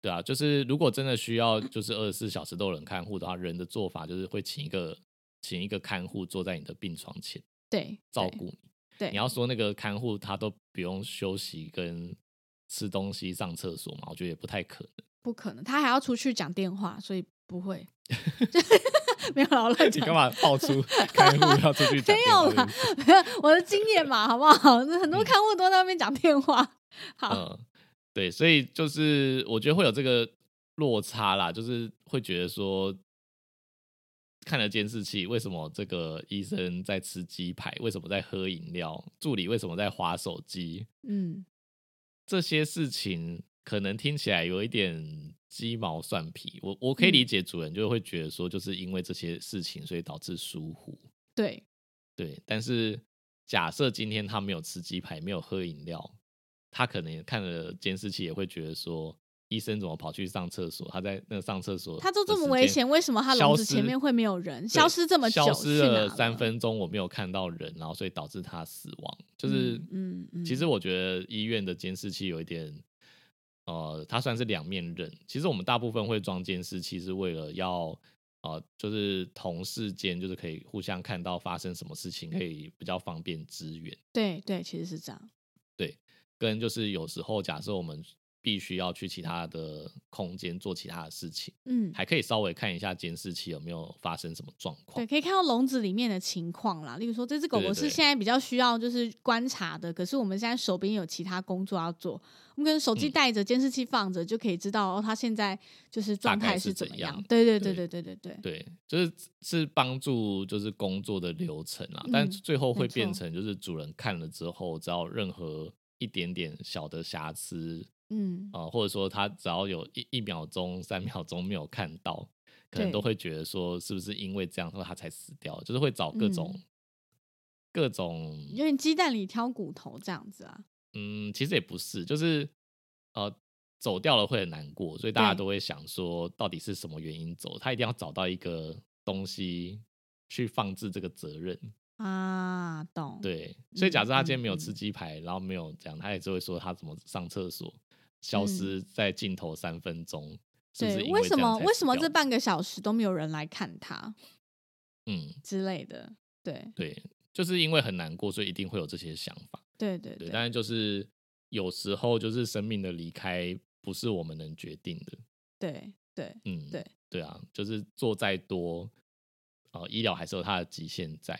Speaker 2: 对啊，就是如果真的需要，就是二十四小时都有人看护的话，人的做法就是会请一个请一个看护坐在你的病床前
Speaker 1: 对
Speaker 2: 照
Speaker 1: 对
Speaker 2: 顾你。
Speaker 1: 对，
Speaker 2: 你要说那个看护他都不用休息跟吃东西、上厕所嘛，我觉得也不太 可能。
Speaker 1: 不可能，他还要出去讲电话，所以不会， 没有啦我乱
Speaker 2: 你
Speaker 1: 讲
Speaker 2: 干嘛爆出看护要出去讲
Speaker 1: 没
Speaker 2: 电话
Speaker 1: 有
Speaker 2: 这件
Speaker 1: 啦
Speaker 2: 事？，
Speaker 1: 没有 我的经验嘛，好不好？ 那很多看护都在那边讲电话， 好，
Speaker 2: 嗯，对，所以就是我觉得会有这个落差啦，就是会觉得说，看了监视器，为什么这个医生在吃鸡排，为什么在喝饮料，助理为什么在划手机，
Speaker 1: 嗯，
Speaker 2: 这些事情可能听起来有一点鸡毛蒜皮。我我可以理解主人就会觉得说，就是因为这些事情，所以导致疏忽。
Speaker 1: 对，
Speaker 2: 对，但是假设今天他没有吃鸡排，没有喝饮料，他可能也看了监视器也会觉得说，医生怎么跑去上厕所？他在那个上厕所，
Speaker 1: 他都这么危险，为什么他笼子前面会没有人？消失这么久，
Speaker 2: 消失
Speaker 1: 去哪
Speaker 2: 了三分钟，我没有看到人，然后所以导致他死亡。就是，
Speaker 1: 嗯嗯嗯
Speaker 2: 其实我觉得医院的监视器有一点，呃，它算是两面刃。其实我们大部分会装监视器，是为了要，呃，就是同事间就是可以互相看到发生什么事情，可以比较方便支援。
Speaker 1: 对对，其实是这样。
Speaker 2: 跟就是有时候假设我们必须要去其他的空间做其他的事情，
Speaker 1: 嗯，
Speaker 2: 还可以稍微看一下监视器有没有发生什么状况
Speaker 1: 对，。可以看到笼子里面的情况啦。例如说，这只狗
Speaker 2: 对
Speaker 1: 狗
Speaker 2: 对
Speaker 1: 是
Speaker 2: 对
Speaker 1: 现在比较需要就是观察的，可是我们现在手边有其他工作要做，我们可能手机
Speaker 2: 嗯
Speaker 1: 带着，监视器放着，就可以知道哦，它现在就是状
Speaker 2: 大
Speaker 1: 态
Speaker 2: 概是
Speaker 1: 怎么
Speaker 2: 怎样
Speaker 1: 对对对
Speaker 2: 对
Speaker 1: 对对对对，
Speaker 2: 对，就是是帮助就是工作的流程啊，
Speaker 1: 嗯
Speaker 2: 但最后会
Speaker 1: 没错
Speaker 2: 变成就是主人看了之后，只要任何一点点小的瑕疵
Speaker 1: 嗯，
Speaker 2: 啊、呃或者说他只要有一一秒钟、三秒钟没有看到，可能
Speaker 1: 对
Speaker 2: 都会觉得说是不是因为这样，所以他才死掉，就是会找各
Speaker 1: 嗯
Speaker 2: 种、各种
Speaker 1: 有点鸡蛋里挑骨头这样子啊。
Speaker 2: 嗯，其实也不是，就是呃，走掉了会很难过，所以大家
Speaker 1: 对
Speaker 2: 都会想说，到底是什么原因走？他一定要找到一个东西去放置这个责任。
Speaker 1: 啊，懂。，
Speaker 2: 对，所以假设他今天没有
Speaker 1: 嗯
Speaker 2: 吃
Speaker 1: 嗯
Speaker 2: 鸡排，然后没有这样，他也是会说他怎么上厕所消失在镜头三分钟，是不是
Speaker 1: 嗯对，
Speaker 2: 因
Speaker 1: 为
Speaker 2: 这
Speaker 1: 什
Speaker 2: 样
Speaker 1: 么
Speaker 2: 才
Speaker 1: 为
Speaker 2: 死
Speaker 1: 什么
Speaker 2: 掉
Speaker 1: 这半个小时都没有人来看它
Speaker 2: 嗯
Speaker 1: 之类的？对
Speaker 2: 对，就是因为很难过，所以一定会有这些想法。
Speaker 1: 对对
Speaker 2: 对，
Speaker 1: 对，
Speaker 2: 但是就是有时候就是生命的离开不是我们能决定的。
Speaker 1: 对对
Speaker 2: 嗯，
Speaker 1: 对
Speaker 2: 对啊，就是做再多，呃，医疗还是有它的极限在，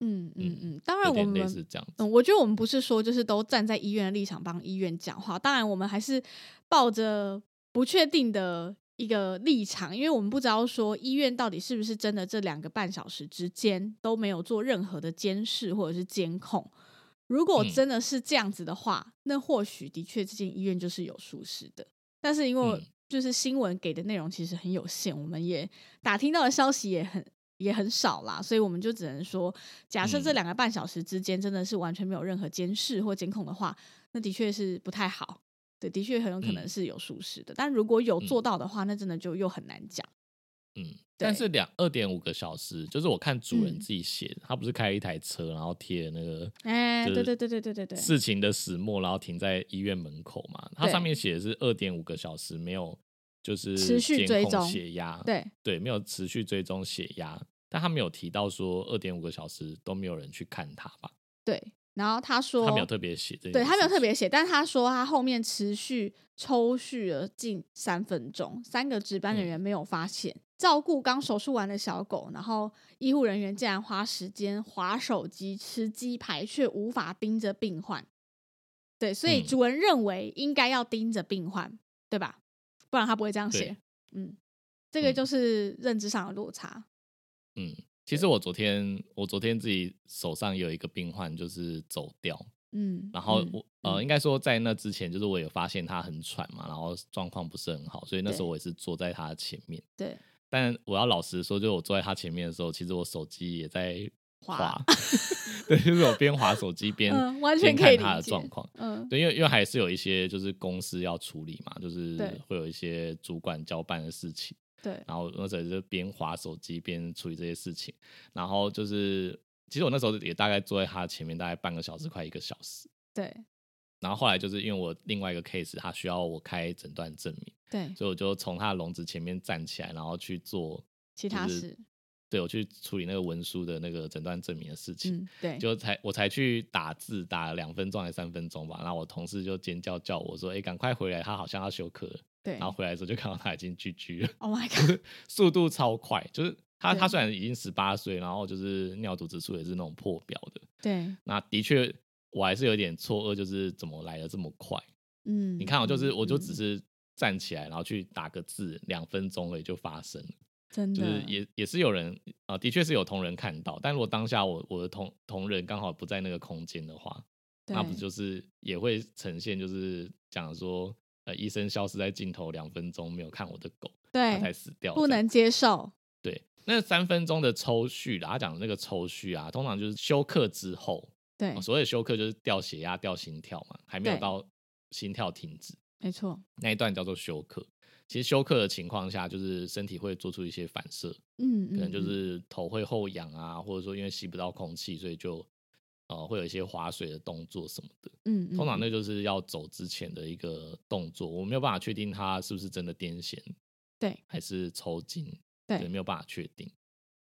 Speaker 1: 嗯嗯
Speaker 2: 嗯
Speaker 1: 嗯，当然
Speaker 2: 有
Speaker 1: 我
Speaker 2: 点
Speaker 1: 们
Speaker 2: 类似这样子。
Speaker 1: 嗯，我觉得我们不是说就是都站在医院的立场帮医院讲话，当然我们还是抱着不确定的一个立场，因为我们不知道说医院到底是不是真的这两个半小时之间都没有做任何的监视或者是监控。如果
Speaker 2: 嗯
Speaker 1: 真的是这样子的话，那或许的确这间医院就是有疏失的。但是因为
Speaker 2: 嗯
Speaker 1: 就是新闻给的内容其实很有限，我们也打听到的消息也很也很少啦，所以我们就只能说，假设这
Speaker 2: 嗯
Speaker 1: 两个半小时之间真的是完全没有任何监视或监控的话，那的确是不太好。对，的确很有可能
Speaker 2: 嗯
Speaker 1: 是有疏失的，但如果有
Speaker 2: 嗯
Speaker 1: 做到的话，那真的就又很难讲。
Speaker 2: 嗯，但
Speaker 1: 对
Speaker 2: 是两二点五个小时，就是我看主人
Speaker 1: 嗯
Speaker 2: 自己写的，他不是开一台车，然后贴那个
Speaker 1: 哎、
Speaker 2: 就
Speaker 1: 对
Speaker 2: 是
Speaker 1: 对对对对对对，
Speaker 2: 事情的始末，然后停在医院门口嘛，它
Speaker 1: 对
Speaker 2: 上面写的是二点五个小时没有。就是
Speaker 1: 持续
Speaker 2: 监
Speaker 1: 追
Speaker 2: 控
Speaker 1: 踪
Speaker 2: 血压，
Speaker 1: 对
Speaker 2: 对，没有持续追踪血压，但他没有提到说二点五个小时都没有人去看他吧？
Speaker 1: 对。然后他说，
Speaker 2: 他没有特别写这件事情，
Speaker 1: 对他没有特别写，但他说他后面持续抽蓄了近三分钟，三个值班人
Speaker 2: 嗯
Speaker 1: 员没有发现、照顾刚手术完的小狗，然后医护人员竟然花时间划手机、吃鸡排，却无法盯着病患。对，所以
Speaker 2: 嗯
Speaker 1: 主人认为应该要盯着病患，对吧？不然他不会这样
Speaker 2: 对
Speaker 1: 写。嗯，这个
Speaker 2: 嗯
Speaker 1: 就是认知上的落差。
Speaker 2: 嗯，其实我昨天我昨天自己手上有一个病患就是走掉，
Speaker 1: 嗯，
Speaker 2: 然后
Speaker 1: 嗯
Speaker 2: 我、
Speaker 1: 嗯
Speaker 2: 呃应该说在那之前就是我有发现他很喘嘛，然后状况不是很好，所以那时
Speaker 1: 对
Speaker 2: 候我也是坐在他前面。
Speaker 1: 对
Speaker 2: 但我要老实说，就我坐在他前面的时候，其实我手机也在
Speaker 1: 滑
Speaker 2: 滑， 对，就是我边滑手机边、
Speaker 1: 嗯完全
Speaker 2: 边
Speaker 1: 可以
Speaker 2: 看他
Speaker 1: 理
Speaker 2: 的
Speaker 1: 解
Speaker 2: 状况。
Speaker 1: 嗯
Speaker 2: 对，因为因为还是有一些就是公司要处理嘛，就是
Speaker 1: 对
Speaker 2: 会有一些主管交办的事情。
Speaker 1: 对
Speaker 2: 然后那时候就边划手机边处理这些事情，然后就是其实我那时候也大概坐在他前面大概半个小时，快一个小时。
Speaker 1: 对
Speaker 2: 然后后来就是因为我另外一个 case，他需要我开诊断证明，
Speaker 1: 对，
Speaker 2: 所以我就从他的笼子前面站起来，然后去做，
Speaker 1: 其他
Speaker 2: 就是
Speaker 1: 事
Speaker 2: 对我去处理那个文书的那个诊断证明的事情。
Speaker 1: 嗯对，
Speaker 2: 就才我才去打字，打了两分钟还是三分钟吧。然后我同事就尖叫叫我说：“哎、赶快回来，他好像要休克了。”
Speaker 1: 对
Speaker 2: 然后回来的时候就看到他已经 GG 了。
Speaker 1: Oh my
Speaker 2: 就
Speaker 1: god！
Speaker 2: 是 速度超快，就是他
Speaker 1: 对
Speaker 2: 他虽然已经十八岁，然后就是尿毒指数也是那种破表的，
Speaker 1: 对，
Speaker 2: 那的确我还是有点错愕，就是怎么来的这么快？
Speaker 1: 嗯，
Speaker 2: 你看哦，就是
Speaker 1: 嗯
Speaker 2: 我就
Speaker 1: 嗯
Speaker 2: 只是站起来，然后去打个字，两分钟而已就发生了，
Speaker 1: 真
Speaker 2: 就
Speaker 1: 的
Speaker 2: 是也也是有人啊、呃的确是有同仁看到，但如果当下我我的同同仁刚好不在那个空间的话，那不
Speaker 1: 对
Speaker 2: 就是也会呈现就是讲说呃，医生消失在镜头两分钟，没有看我的狗，它才
Speaker 1: 对，
Speaker 2: 死掉。
Speaker 1: 不
Speaker 2: 这样
Speaker 1: 能接受，
Speaker 2: 对，那三分钟的抽蓄啦，他讲的那个抽蓄啊，通常就是休克之后，
Speaker 1: 对
Speaker 2: 哦，所谓的休克就是掉血压、掉心跳嘛，还没有
Speaker 1: 对
Speaker 2: 到心跳停止
Speaker 1: 没错，
Speaker 2: 那一段叫做休克。其实休克的情况下，就是身体会做出一些反射，
Speaker 1: 嗯，
Speaker 2: 可能就
Speaker 1: 嗯嗯
Speaker 2: 是头会后仰啊，或者说因为吸不到空气，所以就呃会有一些划水的动作什么的。
Speaker 1: 嗯，嗯
Speaker 2: 通常
Speaker 1: 嗯
Speaker 2: 那就是要走之前的一个动作，我没有办法确定他是不是真的癫痫
Speaker 1: 对
Speaker 2: 还是抽筋，对，
Speaker 1: 对
Speaker 2: 没有办法确定，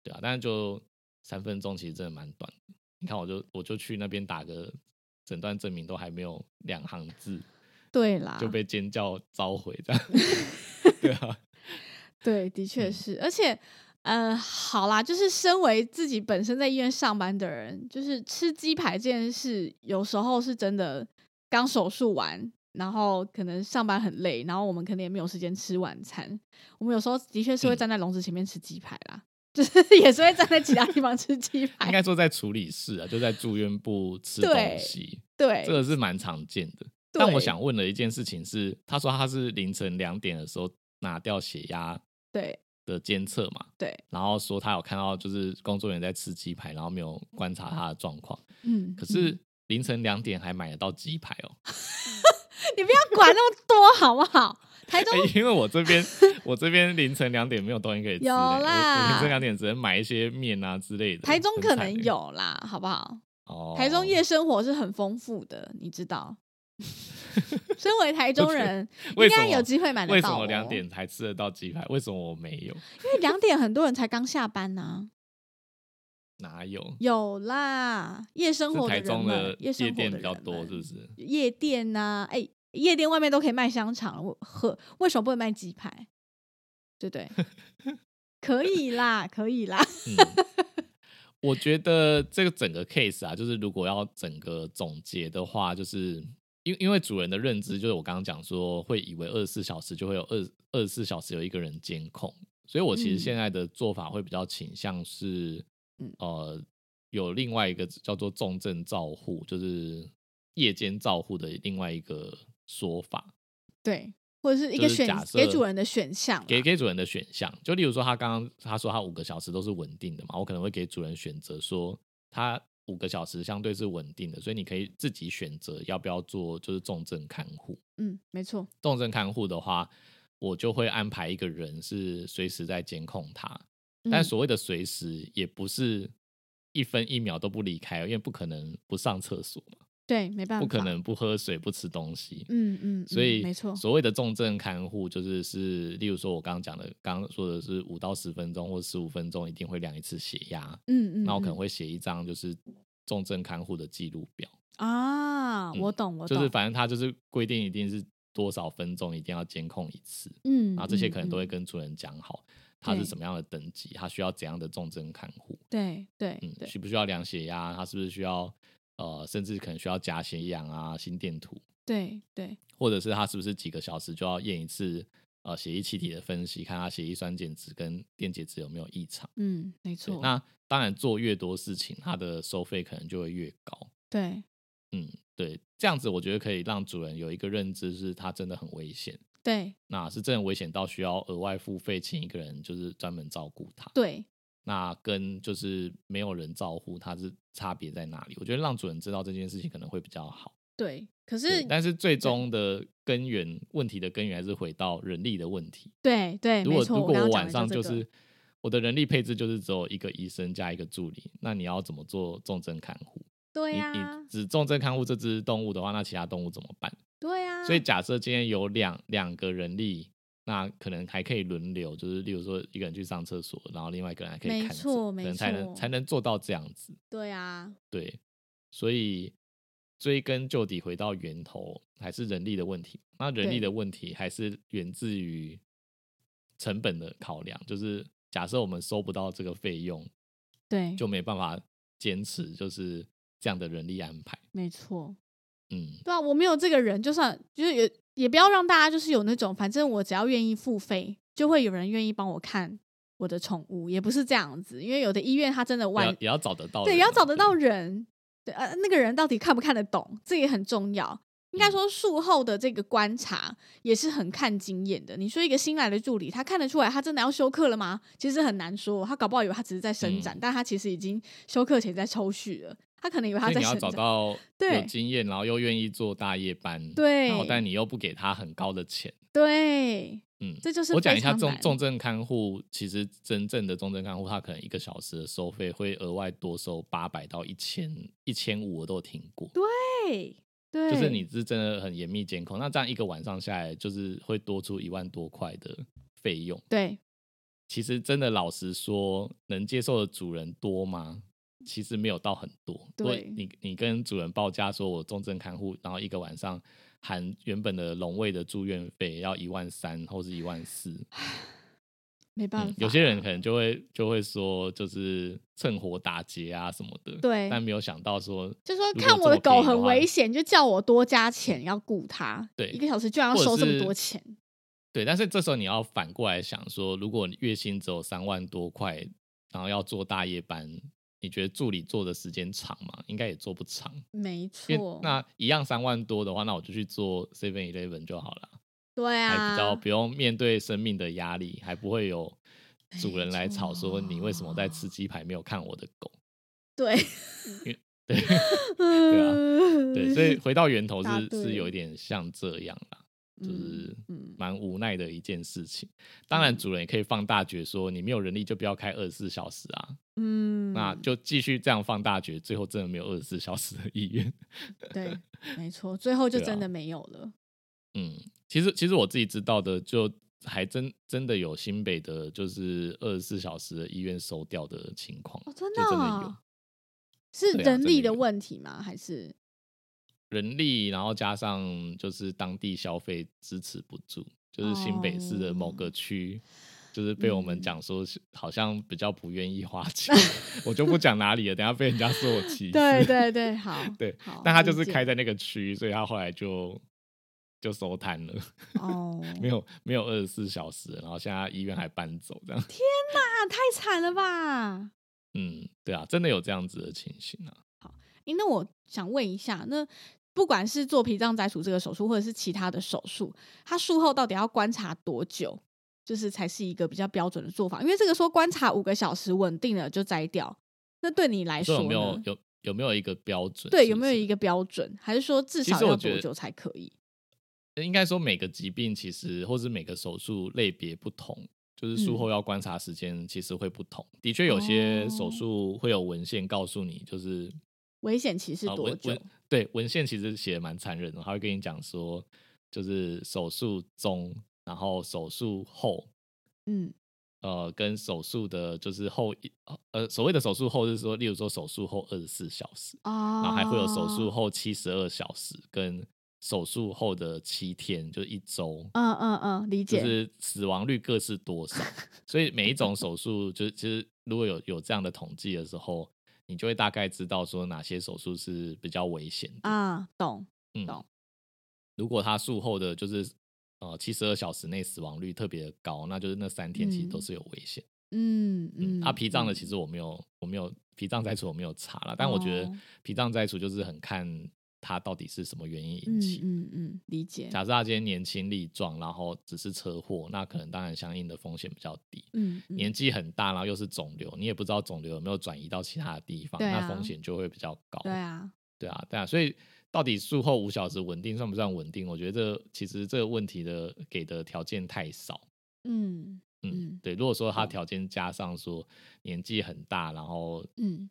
Speaker 2: 对啊，但是就三分钟其实真的蛮短的。你看，我就我就去那边打个诊断证明，都还没有两行字，
Speaker 1: 对啦，
Speaker 2: 就被尖叫召回 这样。对啊，
Speaker 1: 对，的确
Speaker 2: 嗯
Speaker 1: 是，而且，呃，好啦，就是身为自己本身在医院上班的人，就是吃鸡排这件事，有时候是真的刚手术完，然后可能上班很累，然后我们可能也没有时间吃晚餐，我们有时候的确是会
Speaker 2: 嗯
Speaker 1: 站在笼子前面吃鸡排啦， 就是也是会站在其他地方吃鸡
Speaker 2: 应
Speaker 1: 排，
Speaker 2: 该说在处理室啊，就在住院部吃
Speaker 1: 对
Speaker 2: 东西，
Speaker 1: 对
Speaker 2: 这，个是蛮常见的。但
Speaker 1: 对
Speaker 2: 我想问的一件事情是，他说他是凌晨两点的时候拿掉血压
Speaker 1: 对
Speaker 2: 的监测嘛，
Speaker 1: 对，
Speaker 2: 然后说他有看到就是工作人员在吃鸡排，然后没有观察他的状况。
Speaker 1: 嗯，
Speaker 2: 可
Speaker 1: 嗯
Speaker 2: 是凌晨两点还买得到鸡排 哦、
Speaker 1: 你不要管那么多好不好？台中
Speaker 2: 哎因为我 这边我这边凌晨两点没有东西可以吃、欸，
Speaker 1: 有
Speaker 2: 我我
Speaker 1: 啦
Speaker 2: 凌晨两点只能买一些面啊之类的。
Speaker 1: 台中
Speaker 2: 很
Speaker 1: 可
Speaker 2: 惨
Speaker 1: 能
Speaker 2: 欸
Speaker 1: 有啦，好不好？
Speaker 2: 哦，
Speaker 1: 台中夜生活是很丰富的，你知道。身为台中人，
Speaker 2: 为
Speaker 1: 应
Speaker 2: 什
Speaker 1: 该有
Speaker 2: 么？
Speaker 1: 机会买得
Speaker 2: 为什
Speaker 1: 到、哦。
Speaker 2: 么两？点才吃得到鸡排？为什么我没有？
Speaker 1: 因为两点很多人才刚下班呐、
Speaker 2: 哪有？
Speaker 1: 有啦，夜生活
Speaker 2: 是
Speaker 1: 的
Speaker 2: 台
Speaker 1: 人
Speaker 2: 中
Speaker 1: 们
Speaker 2: 的，
Speaker 1: 夜生
Speaker 2: 夜
Speaker 1: 活的
Speaker 2: 店
Speaker 1: 人
Speaker 2: 比较多，
Speaker 1: 们
Speaker 2: 是不是？
Speaker 1: 夜店呐、哎、夜店外面都可以卖香肠，我和为什么不能卖鸡排？对不对？可以啦，可以 啦。
Speaker 2: 嗯，我觉得这个整个 case 啊，就是如果要整个总结的话，就是因因为主人的认知，就是我刚刚讲说，会以为二十四小时就会有二二十四小时有一个人监控，所以我其实
Speaker 1: 嗯
Speaker 2: 现在的做法会比较倾向是，
Speaker 1: 嗯
Speaker 2: 呃，有另外一个叫做重症照护，就是夜间照护的另外一个说法。
Speaker 1: 对，或者是一
Speaker 2: 就
Speaker 1: 个
Speaker 2: 是
Speaker 1: 选
Speaker 2: 假设
Speaker 1: 给主人的选项啦，啊
Speaker 2: 给给主人的选项。就例如说，他刚刚他说他五个小时都是稳定的嘛，我可能会给主人选择说，他五个小时相对是稳定的，所以你可以自己选择要不要做就是重症看护。
Speaker 1: 嗯，没错，
Speaker 2: 重症看护的话，我就会安排一个人是随时在监控他，但
Speaker 1: 嗯
Speaker 2: 所谓的随时也不是一分一秒都不离开，因为不可能不上厕所嘛，
Speaker 1: 对没办法，
Speaker 2: 不可，能不喝水不吃东西。
Speaker 1: 嗯嗯，嗯
Speaker 2: 所以
Speaker 1: 没错，
Speaker 2: 所谓的重症看护就是是，例如说我刚刚讲的，刚刚说的是五到十分钟或十五分钟一定会量一次血压，
Speaker 1: 嗯嗯，
Speaker 2: 那我可
Speaker 1: 嗯
Speaker 2: 能会写一张就是重症看护的记录表，
Speaker 1: 啊，
Speaker 2: 嗯
Speaker 1: 我懂，我懂，
Speaker 2: 就是反正它就是规定一定是多少分钟一定要监控一次，
Speaker 1: 嗯，
Speaker 2: 然后这些
Speaker 1: 嗯
Speaker 2: 可能都会
Speaker 1: 嗯
Speaker 2: 跟主人讲好，他是
Speaker 1: 对
Speaker 2: 什么样的等级，他需要怎样的重症看护，
Speaker 1: 对对
Speaker 2: 嗯，
Speaker 1: 对，
Speaker 2: 需不需要量血压，他是不是需要呃，甚至可能需要夹血氧啊、心电图。
Speaker 1: 对对
Speaker 2: 或者是他是不是几个小时就要验一次呃血液气体的分析，看他血液酸碱值跟电解质有没有异常。
Speaker 1: 嗯，没
Speaker 2: 对，
Speaker 1: 错，
Speaker 2: 那当然做越多事情，它的收费可能就会越高。
Speaker 1: 对
Speaker 2: 嗯，对，这样子我觉得可以让主人有一个认知，是它真的很危险。
Speaker 1: 对
Speaker 2: 那是真的危险到需要额外付费请一个人，就是专门照顾它。
Speaker 1: 对，
Speaker 2: 那跟就是没有人照顾它是差别在哪里？我觉得让主人知道这件事情可能会比较好。
Speaker 1: 对，可
Speaker 2: 对
Speaker 1: 是
Speaker 2: 但是最终的根源问题的根源还是回到人力的问题。
Speaker 1: 对对，
Speaker 2: 如
Speaker 1: 没
Speaker 2: 果
Speaker 1: 错，
Speaker 2: 如果
Speaker 1: 刚
Speaker 2: 我
Speaker 1: 刚讲
Speaker 2: 晚
Speaker 1: 的
Speaker 2: 上
Speaker 1: 这
Speaker 2: 就
Speaker 1: 个
Speaker 2: 是我的人力配置就是只有一个医生加一个助理，那你要怎么做重症看护？
Speaker 1: 对
Speaker 2: 你
Speaker 1: 呀
Speaker 2: 你，只重症看护这只动物的话，那其他动物怎么办？
Speaker 1: 对呀，
Speaker 2: 所以假设今天有两两个人力，那可能还可以轮流，就是例如说一个人去上厕所，然后另外一个人还可以
Speaker 1: 没
Speaker 2: 看着，
Speaker 1: 错
Speaker 2: 可
Speaker 1: 没
Speaker 2: 能才能
Speaker 1: 错
Speaker 2: 才能做到这样子。
Speaker 1: 对啊呀，
Speaker 2: 对，所以追根究底，回到源头还是人力的问题。那人力
Speaker 1: 对
Speaker 2: 的问题还是源自于成本的考量，就是假设我们收不到这个费用，
Speaker 1: 对，
Speaker 2: 就没办法坚持就是这样的人力安排。
Speaker 1: 没错，
Speaker 2: 嗯，
Speaker 1: 对啊，我没有这个人，就算就是也也不要让大家就是有那种，反正我只要愿意付费，就会有人愿意帮我看我的宠物，也不是这样子，因为有的医院它真的
Speaker 2: 也要
Speaker 1: 万
Speaker 2: 也要找得到人啊，
Speaker 1: 对，也要找得到人。对，呃，那个人到底看不看得懂，这也很重要。应
Speaker 2: 嗯
Speaker 1: 该说术后的这个观察也是很看经验的。你说一个新来的助理，他看得出来他真的要休克了吗？其实很难说，他搞不好以为他只是在伸
Speaker 2: 嗯
Speaker 1: 展，但他其实已经休克前在抽蓄了，他可能以为他
Speaker 2: 所以
Speaker 1: 在
Speaker 2: 你要
Speaker 1: 伸
Speaker 2: 找
Speaker 1: 展。
Speaker 2: 到有
Speaker 1: 对
Speaker 2: 经验，然后又愿意做大夜班，
Speaker 1: 对
Speaker 2: 然后但你又不给他很高的钱，
Speaker 1: 对，
Speaker 2: 嗯，
Speaker 1: 这就是
Speaker 2: 我讲一
Speaker 1: 非
Speaker 2: 下
Speaker 1: 常
Speaker 2: 重
Speaker 1: 难
Speaker 2: 重症看护，其实真正的重症看护，他可能一个小时的收费会额外多收八百到一千一千五，我都有听过。
Speaker 1: 对对，
Speaker 2: 就是你是真的很严密监控，那这样一个晚上下来，就是会多出一万多块的费用。
Speaker 1: 对
Speaker 2: 其实真的老实说，能接受的主人多吗？其实没有到很多。
Speaker 1: 对
Speaker 2: 如果你你跟主人报价说，我重症看护，然后一个晚上含原本的笼位的住院费要一万三或是一万四，
Speaker 1: 没办法、
Speaker 2: 嗯，有些人可能就会就会说，就是趁火打劫啊什么的。
Speaker 1: 对
Speaker 2: 但没有想到说，
Speaker 1: 就说
Speaker 2: 如果
Speaker 1: 看我的
Speaker 2: 这么
Speaker 1: 狗
Speaker 2: 便宜
Speaker 1: 很
Speaker 2: 话
Speaker 1: 危险，就叫我多加钱要雇它。
Speaker 2: 对
Speaker 1: 一个小时居然要
Speaker 2: 或者
Speaker 1: 收这么
Speaker 2: 是
Speaker 1: 多钱，
Speaker 2: 对，但是这时候你要反过来想说，如果你月薪只有三万多块，然后要做大夜班，你觉得助理做的时间长吗？应该也做不长，
Speaker 1: 没
Speaker 2: 因
Speaker 1: 错
Speaker 2: 为。那一样三万多的话，那我就去做 Seven Eleven 就好了，
Speaker 1: 对
Speaker 2: 还
Speaker 1: 啊，
Speaker 2: 比较不用面对生命的压力，还不会有主人来吵
Speaker 1: 没
Speaker 2: 说
Speaker 1: 错
Speaker 2: 你为什么在吃鸡排没有看我的狗。
Speaker 1: 对，
Speaker 2: 对
Speaker 1: 对
Speaker 2: 对，所以回到源头
Speaker 1: 嗯答
Speaker 2: 是
Speaker 1: 对
Speaker 2: 是有一点像这样啦。就是
Speaker 1: 嗯，
Speaker 2: 蛮无奈的一件事情。当然，
Speaker 1: 嗯
Speaker 2: 主人也可以放大决说，你没有人力就不要开二十四小时啊，
Speaker 1: 嗯，
Speaker 2: 那就继续这样放大决，最后真的没有二十四小时的意愿。
Speaker 1: 对，没错，最后就
Speaker 2: 对啊
Speaker 1: 真的没有了。
Speaker 2: 嗯，其实其实我自己知道的，就还真真的有新北的，就是二十四小时的医院收掉的情况，
Speaker 1: 哦，真的
Speaker 2: 就真的有
Speaker 1: 哦是
Speaker 2: 对啊
Speaker 1: 人
Speaker 2: 真
Speaker 1: 力
Speaker 2: 的
Speaker 1: 的
Speaker 2: 有
Speaker 1: 问题吗？还是
Speaker 2: 人力，然后加上就是当地消费支持不住，就是新北市的某个区。就是被我们
Speaker 1: 哦嗯
Speaker 2: 讲说，是好像比较不愿意花 钱，我就不讲哪里了，等一下被人家说我歧视。
Speaker 1: 对对对，好
Speaker 2: 对
Speaker 1: 好，
Speaker 2: 但他就
Speaker 1: 理
Speaker 2: 是
Speaker 1: 解
Speaker 2: 开在那个区，所以他后来就就收摊了，
Speaker 1: 哦，
Speaker 2: 没有没有二十四小时，然后现在医院还搬走这样。
Speaker 1: 那太惨了吧？
Speaker 2: 嗯，对啊，真的有这样子的情形啊。
Speaker 1: 诶，那我想问一下，那不管是做脾脏摘除这个手术，或者是其他的手术，它术后到底要观察多久，就是才是一个比较标准的做法？因为这个说观察五个小时稳定了就摘掉，那对你来
Speaker 2: 所
Speaker 1: 说
Speaker 2: 以
Speaker 1: 呢
Speaker 2: 有没有有有没有一个标准？
Speaker 1: 对
Speaker 2: 是
Speaker 1: 有
Speaker 2: 不
Speaker 1: 没有
Speaker 2: 是
Speaker 1: 一个标准，还是说至
Speaker 2: 其
Speaker 1: 少
Speaker 2: 实我
Speaker 1: 要
Speaker 2: 觉
Speaker 1: 多
Speaker 2: 得
Speaker 1: 久才可以？
Speaker 2: 应该说每个疾病其实，或是每个手术类别不同，就是术
Speaker 1: 嗯
Speaker 2: 后要观察时间其实会不同。的确，有些
Speaker 1: 哦
Speaker 2: 手术会有文献告诉你，就是
Speaker 1: 危险期是
Speaker 2: 啊
Speaker 1: 多
Speaker 2: 文
Speaker 1: 久？
Speaker 2: 文对文献其实写的蛮残忍的，他会跟你讲说，就是手术中，然后手术后，
Speaker 1: 嗯，
Speaker 2: 呃，跟手术的就是后一呃所谓的手术后是说，例如说手术后二十四小时，
Speaker 1: 哦，
Speaker 2: 然后还会有手术，后七十二小时跟手术后的七天，就是一周。
Speaker 1: 嗯嗯嗯，理
Speaker 2: 就
Speaker 1: 解，
Speaker 2: 是死亡率各是多少，所以每一种手术，就是其实如果有有这样的统计的时候，你就会大概知道说哪些手术是比较危险的。
Speaker 1: 啊，懂，
Speaker 2: 嗯
Speaker 1: 懂，
Speaker 2: 如果他术后的就是呃七十二小时内死亡率特别高，那就是那三天其实
Speaker 1: 嗯
Speaker 2: 都是有危险。
Speaker 1: 嗯嗯，
Speaker 2: 啊，脾脏的
Speaker 1: 嗯
Speaker 2: 其实我没有我没有脾脏摘除我没有查了，但我觉得
Speaker 1: 哦
Speaker 2: 脾脏摘除就是很看它到底是什么原因引
Speaker 1: 嗯
Speaker 2: 起。
Speaker 1: 嗯嗯，理解，
Speaker 2: 假设他今天年轻力壮，然后只是车祸，那可能当然相应的风险比较低。
Speaker 1: 嗯，嗯
Speaker 2: 年纪很大，然后又是肿瘤，你也不知道肿瘤有没有转移到其他的地方，
Speaker 1: 对啊
Speaker 2: 那风险就会比较高。
Speaker 1: 对啊，
Speaker 2: 对啊，对啊，所以到底术后五小时稳定算不算稳定？我觉得这其实这个问题的给的条件太少。
Speaker 1: 嗯
Speaker 2: 嗯，
Speaker 1: 嗯
Speaker 2: 对。如果说他
Speaker 1: 懂
Speaker 2: 条件加上说年纪很大，然后
Speaker 1: 嗯，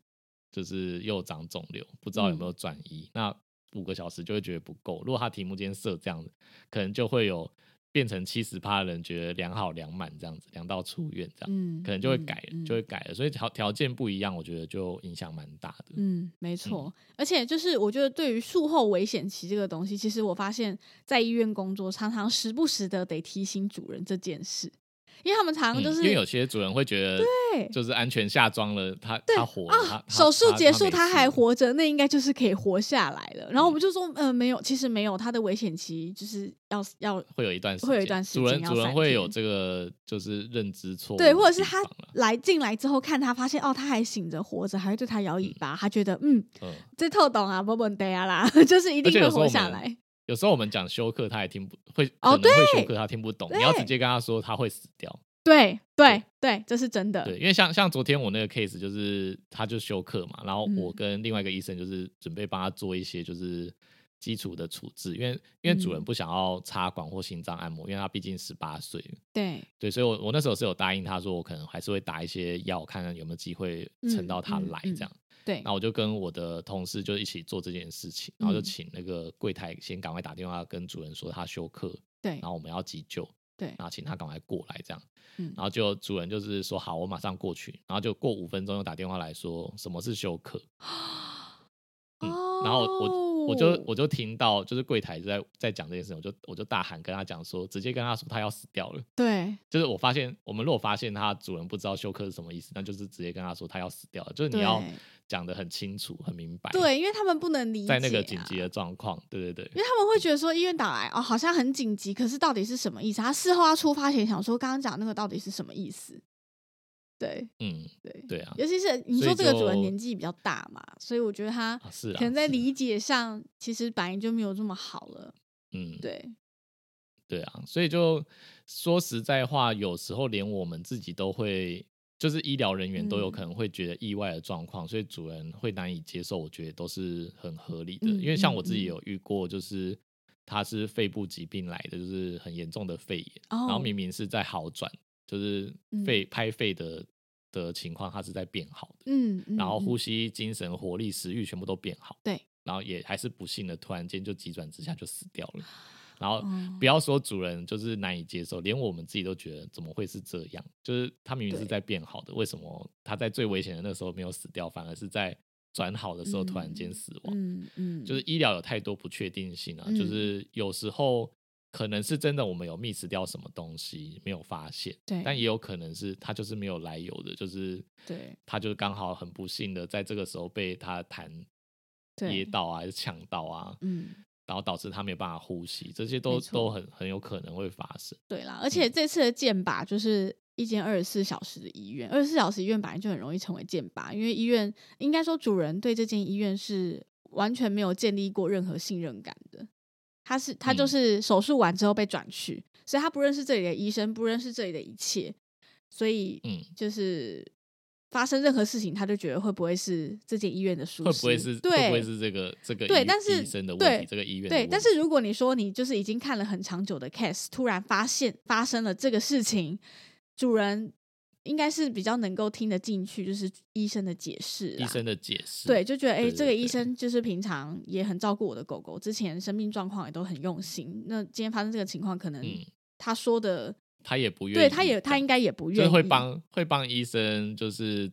Speaker 2: 就是又长肿瘤，不知道有没有转移，那五个小时就会觉得不够。如果他题目今天设这样子，可能就会有变成七十趴的人觉得良好良满这样子，良到出院这样。
Speaker 1: 嗯，
Speaker 2: 可能就会
Speaker 1: 嗯
Speaker 2: 改，
Speaker 1: 嗯
Speaker 2: 就会改了。所以条条件不一样，我觉得就影响蛮大的。
Speaker 1: 嗯，没错。而且就是我觉得对于术后危险期这个东西，其实我发现在医院工作，常常时不时的得提醒主人这件事，因为他们常常
Speaker 2: 嗯
Speaker 1: 就是、
Speaker 2: 因为有些主人会觉得，
Speaker 1: 对
Speaker 2: 就是安全下装了，他他活了，他
Speaker 1: 啊，
Speaker 2: 他
Speaker 1: 手术结束
Speaker 2: 他
Speaker 1: 他
Speaker 2: 没事嗯
Speaker 1: 还，活着，那应该就是可以活下来了。然后我们就说，呃，没有，其实没有，他的危险期就是要要
Speaker 2: 会有一段时间
Speaker 1: 会有一段时间
Speaker 2: 主人
Speaker 1: 要
Speaker 2: 主人
Speaker 1: 散
Speaker 2: 会
Speaker 1: 去
Speaker 2: 有这个就是认知错误的
Speaker 1: 对，
Speaker 2: 地方
Speaker 1: 或
Speaker 2: 啦，
Speaker 1: 者是他来进来之后看他发现哦，他还醒着活着，还会对他摇尾巴，他觉得嗯，
Speaker 2: 嗯，
Speaker 1: 这透懂啊，不问题啊啦，就是一 定
Speaker 2: 而且
Speaker 1: 会
Speaker 2: 有时候
Speaker 1: 活
Speaker 2: 我
Speaker 1: 下
Speaker 2: 们
Speaker 1: 来。
Speaker 2: 有时候我们讲休克，他也听不会，
Speaker 1: 哦
Speaker 2: 可能会
Speaker 1: 对
Speaker 2: 休克，他听不懂。
Speaker 1: 对
Speaker 2: 你要直接跟他说他会死掉，
Speaker 1: 对对对，这是真的。
Speaker 2: 对，因为像像昨天我那个 case 就是他就休克嘛，然后
Speaker 1: 嗯
Speaker 2: 我跟另外一个医生就是准备帮他做一些就是基础的处置，因为因为主人
Speaker 1: 嗯
Speaker 2: 不想要插管或心脏按摩，因为他毕竟十八岁，
Speaker 1: 对
Speaker 2: 对，所以我我那时候是有答应他说我可能还是会打一些药，看看有没有机会撑到他
Speaker 1: 嗯
Speaker 2: 来
Speaker 1: 嗯嗯
Speaker 2: 这样。
Speaker 1: 对
Speaker 2: 那我就跟我的同事就一起做这件事情，然后就
Speaker 1: 嗯
Speaker 2: 请那个柜台先赶快打电话跟主人说他休克，
Speaker 1: 对
Speaker 2: 然后我们要急救，
Speaker 1: 对
Speaker 2: 然后请他赶快过来这样。
Speaker 1: 嗯
Speaker 2: 然后就主人就是说好，我马上过去，然后就过五分钟又打电话来说什么是休克，嗯，然后我我就
Speaker 1: 哦
Speaker 2: 我就听到就是柜台在在讲这件事情，我就我就大喊跟他讲说，直接跟他说他要死掉了。
Speaker 1: 对
Speaker 2: 就是我发现，我们如果发现他主人不知道休克是什么意思，那就是直接跟他说他要死掉了，就是你要
Speaker 1: 对
Speaker 2: 讲的很清楚、很明白。，
Speaker 1: 对，因为他们不能理解、啊
Speaker 2: 在那个紧急。的状况，对对
Speaker 1: 因为
Speaker 2: 对，
Speaker 1: 他们会觉得说医院打来哦，好像很紧急，可是到底是什么意思？他事后他出发前想说，刚刚讲那个到底是什么意思？对
Speaker 2: 嗯，
Speaker 1: 对，
Speaker 2: 对啊，
Speaker 1: 尤其是你
Speaker 2: 所
Speaker 1: 说
Speaker 2: 以
Speaker 1: 这个主人
Speaker 2: 就
Speaker 1: 年纪比较大嘛，所以我觉得他
Speaker 2: 啊是啊，
Speaker 1: 可能在
Speaker 2: 是啊，
Speaker 1: 理解上其实本来就没有这么好了。
Speaker 2: 嗯，
Speaker 1: 对
Speaker 2: 对啊，所以就说实在话，有时候连我们自己都会，就是医疗人员都有
Speaker 1: 嗯
Speaker 2: 可能会觉得意外的状况，所以主人会难以接受，我觉得都是很合理的。
Speaker 1: 嗯
Speaker 2: 因为像
Speaker 1: 嗯
Speaker 2: 我自己
Speaker 1: 嗯
Speaker 2: 有遇过，就是他是肺部疾病来的，就是很严重的肺炎，
Speaker 1: 哦嗯
Speaker 2: 然后明明是在好转，就是肺、拍肺的的情况，它是在变好的，
Speaker 1: 嗯，嗯
Speaker 2: 然后
Speaker 1: 嗯
Speaker 2: 呼吸、精神、活力、食欲全部都变好，
Speaker 1: 对，
Speaker 2: 然后也还是不幸的，突然间就急转直下就死掉了。然后
Speaker 1: 哦
Speaker 2: 不要说主人就是难以接受，连我们自己都觉得怎么会是这样？就是他明明是
Speaker 1: 对
Speaker 2: 在变好的，为什么他在最危险的那时候没有死掉，反而是在转好的时候突然间死亡？
Speaker 1: 嗯嗯，
Speaker 2: 就是医疗有太多不确定性啊，
Speaker 1: 嗯
Speaker 2: 就是有时候可能是真的我们有 miss 掉什么东西没有发现，
Speaker 1: 对
Speaker 2: 但也有可能是它就是没有来由的，就是
Speaker 1: 对
Speaker 2: 它就是刚好很不幸的在这个时候被它弹
Speaker 1: 对
Speaker 2: 噎到啊，还是呛到啊，
Speaker 1: 嗯。
Speaker 2: 然后导致它没办法呼吸，这些都
Speaker 1: 没错
Speaker 2: 都很很有可能会发生。
Speaker 1: 对啦，而
Speaker 2: 嗯
Speaker 1: 且这次的健保就是一间二十四小时的医院，二十四小时医院本来就很容易成为健保，因为医院应该说主人对这间医院是完全没有建立过任何信任感的。他是他就
Speaker 2: 嗯
Speaker 1: 是手术完之后被转去，所以他不认识这里的医生，不认识这里的一切，所以
Speaker 2: 嗯，
Speaker 1: 就是发生任何事情，他就觉得会不会是这间医院的疏失？
Speaker 2: 会不会是
Speaker 1: 对
Speaker 2: 会不会是这个这个
Speaker 1: 对
Speaker 2: 医
Speaker 1: 但是
Speaker 2: 医生的问题，
Speaker 1: 对
Speaker 2: 这个医院的
Speaker 1: 对，
Speaker 2: 问
Speaker 1: 但
Speaker 2: 题
Speaker 1: 是如果你说你就是已经看了很长久的 case，突然发现发生了这个事情，主人应该是比较能够听得进去，就是医生的解释啦。
Speaker 2: 医生的解
Speaker 1: 啊
Speaker 2: 释，
Speaker 1: 对，就觉得哎、
Speaker 2: 对
Speaker 1: 这个
Speaker 2: 对
Speaker 1: 医
Speaker 2: 对
Speaker 1: 生就是平常也很照顾我的狗狗，之前生病状况也都很用心。那今天发生这个情况，可能
Speaker 2: 嗯
Speaker 1: 他说的，
Speaker 2: 他也不愿意，
Speaker 1: 对，他也他应该也不
Speaker 2: 就
Speaker 1: 愿
Speaker 2: 是
Speaker 1: 意，
Speaker 2: 会帮会帮医生，就是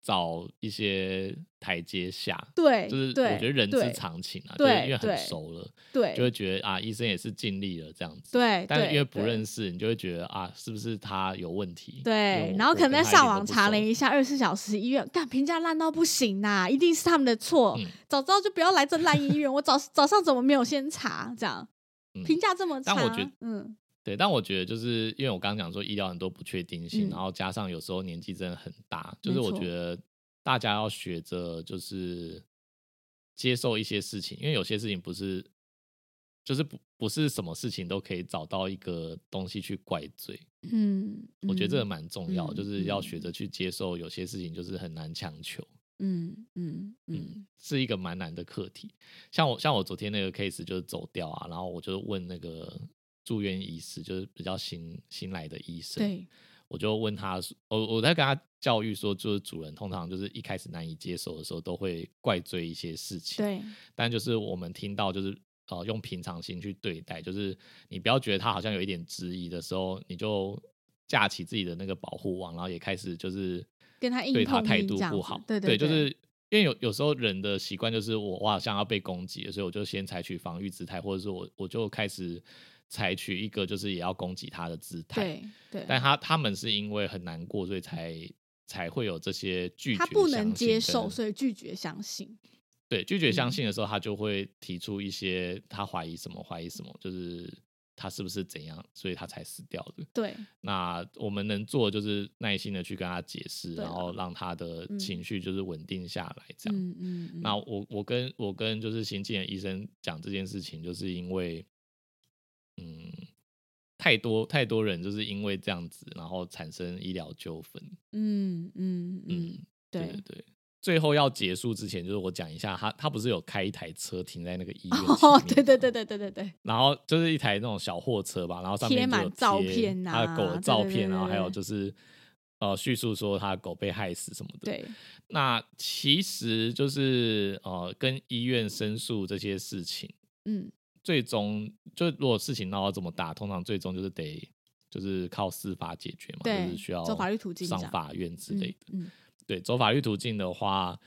Speaker 2: 找一些台阶下。
Speaker 1: 对，
Speaker 2: 就是我
Speaker 1: 对
Speaker 2: 觉得人之
Speaker 1: 对
Speaker 2: 常情啊，就
Speaker 1: 对
Speaker 2: 是因为很
Speaker 1: 对
Speaker 2: 熟了，
Speaker 1: 对
Speaker 2: 就会觉得啊，医生也是尽力了这样子。
Speaker 1: 对，
Speaker 2: 但是因为不
Speaker 1: 认。
Speaker 2: 认识，你就会觉得啊，是不是他有问题？因为
Speaker 1: 对
Speaker 2: 我，
Speaker 1: 然后
Speaker 2: 我
Speaker 1: 可能
Speaker 2: 跟
Speaker 1: 在
Speaker 2: 他一
Speaker 1: 上
Speaker 2: 点都
Speaker 1: 网
Speaker 2: 不
Speaker 1: 查
Speaker 2: 熟
Speaker 1: 了一下，二十四小时医院，干评价烂到不行呐、一定是他们的错。
Speaker 2: 嗯
Speaker 1: 早知道就不要来这烂医院，我早早上怎么没有先查？这样
Speaker 2: 嗯
Speaker 1: 评价这么差，
Speaker 2: 但我觉得
Speaker 1: 嗯，
Speaker 2: 对，但我觉得就是因为我刚刚讲说医疗很多不确定性，
Speaker 1: 嗯
Speaker 2: 然后加上有时候年纪真的很大，就
Speaker 1: 没
Speaker 2: 是我
Speaker 1: 错
Speaker 2: 觉得大家要学着就是接受一些事情，因为有些事情不是就是不不是什么事情都可以找到一个东西去怪罪，
Speaker 1: 嗯，
Speaker 2: 我觉得这个
Speaker 1: 嗯
Speaker 2: 蛮重要，
Speaker 1: 嗯
Speaker 2: 就是要
Speaker 1: 嗯
Speaker 2: 学着去接受有些事情就是很难强求。
Speaker 1: 嗯嗯嗯
Speaker 2: 嗯，是一个蛮难的课题。像我像我昨天那个 case 就是走掉啊，然后我就问那个住院医师，就是比较新新来的医生，
Speaker 1: 对，
Speaker 2: 我就问他说，我我在跟他教育说，就是主人通常就是一开始难以接受的时候，都会怪罪一些事情。，
Speaker 1: 对，
Speaker 2: 但就是我们听到就是呃，用平常心去对待，就是你不要觉得他好像有一点质疑的时候，你就架起自己的那个保护网，然后也开始就是
Speaker 1: 跟他硬
Speaker 2: 对他
Speaker 1: 碰
Speaker 2: 态
Speaker 1: 硬
Speaker 2: 度
Speaker 1: 这样
Speaker 2: 不
Speaker 1: 子
Speaker 2: 好，
Speaker 1: 对
Speaker 2: 对
Speaker 1: 对
Speaker 2: 就是因为有有时候人的习惯就是我我好像要被攻击了，所以我就先采取防御姿态，或者是我我就开始采取一个就是也要攻击他的姿态，
Speaker 1: 对对，
Speaker 2: 但他他们是因为很难过，所以才才会有这些拒绝
Speaker 1: 他
Speaker 2: 相信跟，
Speaker 1: 不能接受，所以拒绝相信。
Speaker 2: 对拒绝相
Speaker 1: 嗯
Speaker 2: 信的时候，他就会提出一些他怀疑什么怀疑什么，就是他是不是怎样，所以他才死掉的。
Speaker 1: 对
Speaker 2: 那我们能做的就是耐心的去跟他解释，
Speaker 1: 对啊
Speaker 2: 然后让他的
Speaker 1: 嗯
Speaker 2: 情绪就是稳定下来，这样。
Speaker 1: 嗯嗯嗯，
Speaker 2: 那我我跟我跟就是新进的医生讲这件事情，就是因为，嗯，太多太多人就是因为这样子，然后产生医疗纠纷。
Speaker 1: 嗯嗯
Speaker 2: 嗯
Speaker 1: 嗯，，
Speaker 2: 对对
Speaker 1: 对，
Speaker 2: 对。最后要结束之前，就是我讲一下，他他不是有开一台车停在那个医院前
Speaker 1: 哦，
Speaker 2: 面
Speaker 1: 对对
Speaker 2: 吗
Speaker 1: 对对对对对，
Speaker 2: 然后就是一台那种小货车吧，然后上
Speaker 1: 贴
Speaker 2: 面就
Speaker 1: 满
Speaker 2: 有
Speaker 1: 照
Speaker 2: 贴
Speaker 1: 片
Speaker 2: 他
Speaker 1: 啊
Speaker 2: 的狗的
Speaker 1: 对
Speaker 2: 照
Speaker 1: 对对
Speaker 2: 片，然后
Speaker 1: 对
Speaker 2: 还有
Speaker 1: 对
Speaker 2: 就是呃叙述说他的狗被害死什么的。，
Speaker 1: 对，
Speaker 2: 那其实就是呃跟医院申诉这些事情，
Speaker 1: 嗯，
Speaker 2: 最终就如果事情闹到这么大，通常最终就是得就是靠司法解决嘛，
Speaker 1: 对
Speaker 2: 就是需要
Speaker 1: 走法律途径
Speaker 2: 上
Speaker 1: 这样
Speaker 2: 法院之类的。
Speaker 1: 嗯，
Speaker 2: 对，走法律途径的话，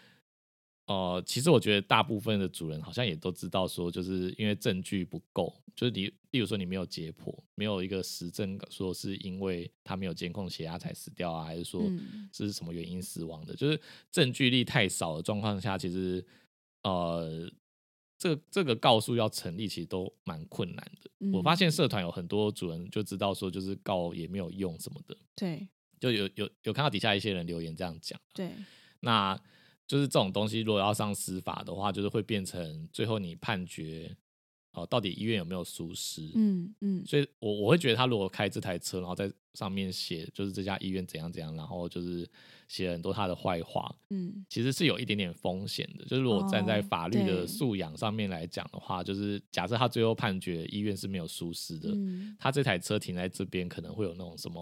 Speaker 2: 呃，其实我觉得大部分的主人好像也都知道说，就是因为证据不够，就是你，例如说你没有解剖，没有一个实证说是因为他没有监控血压才死掉啊，还是说
Speaker 1: 嗯
Speaker 2: 是什么原因死亡的，就是证据力太少的状况下，其实呃。这这个告诉要成立，其实都蛮困难的。
Speaker 1: 嗯
Speaker 2: 我发现社团有很多主人就知道说，就是告也没有用什么的，
Speaker 1: 对
Speaker 2: 就有有有看到底下一些人留言这样讲。
Speaker 1: 对，
Speaker 2: 那就是这种东西，如果要上司法的话，就是会变成最后你判决哦、到底医院有没有疏失？，
Speaker 1: 嗯嗯
Speaker 2: 所以我我会觉得他如果开这台车，然后在上面写就是这家医院怎样怎样，然后就是写很多他的坏话，
Speaker 1: 嗯，
Speaker 2: 其实是有一点点风险的。就是如果站在
Speaker 1: 哦
Speaker 2: 法律
Speaker 1: 对
Speaker 2: 的素养上面来讲的话，就是假设他最后判决医院是没有疏失的，
Speaker 1: 嗯
Speaker 2: 他这台车停在这边可能会有那种什么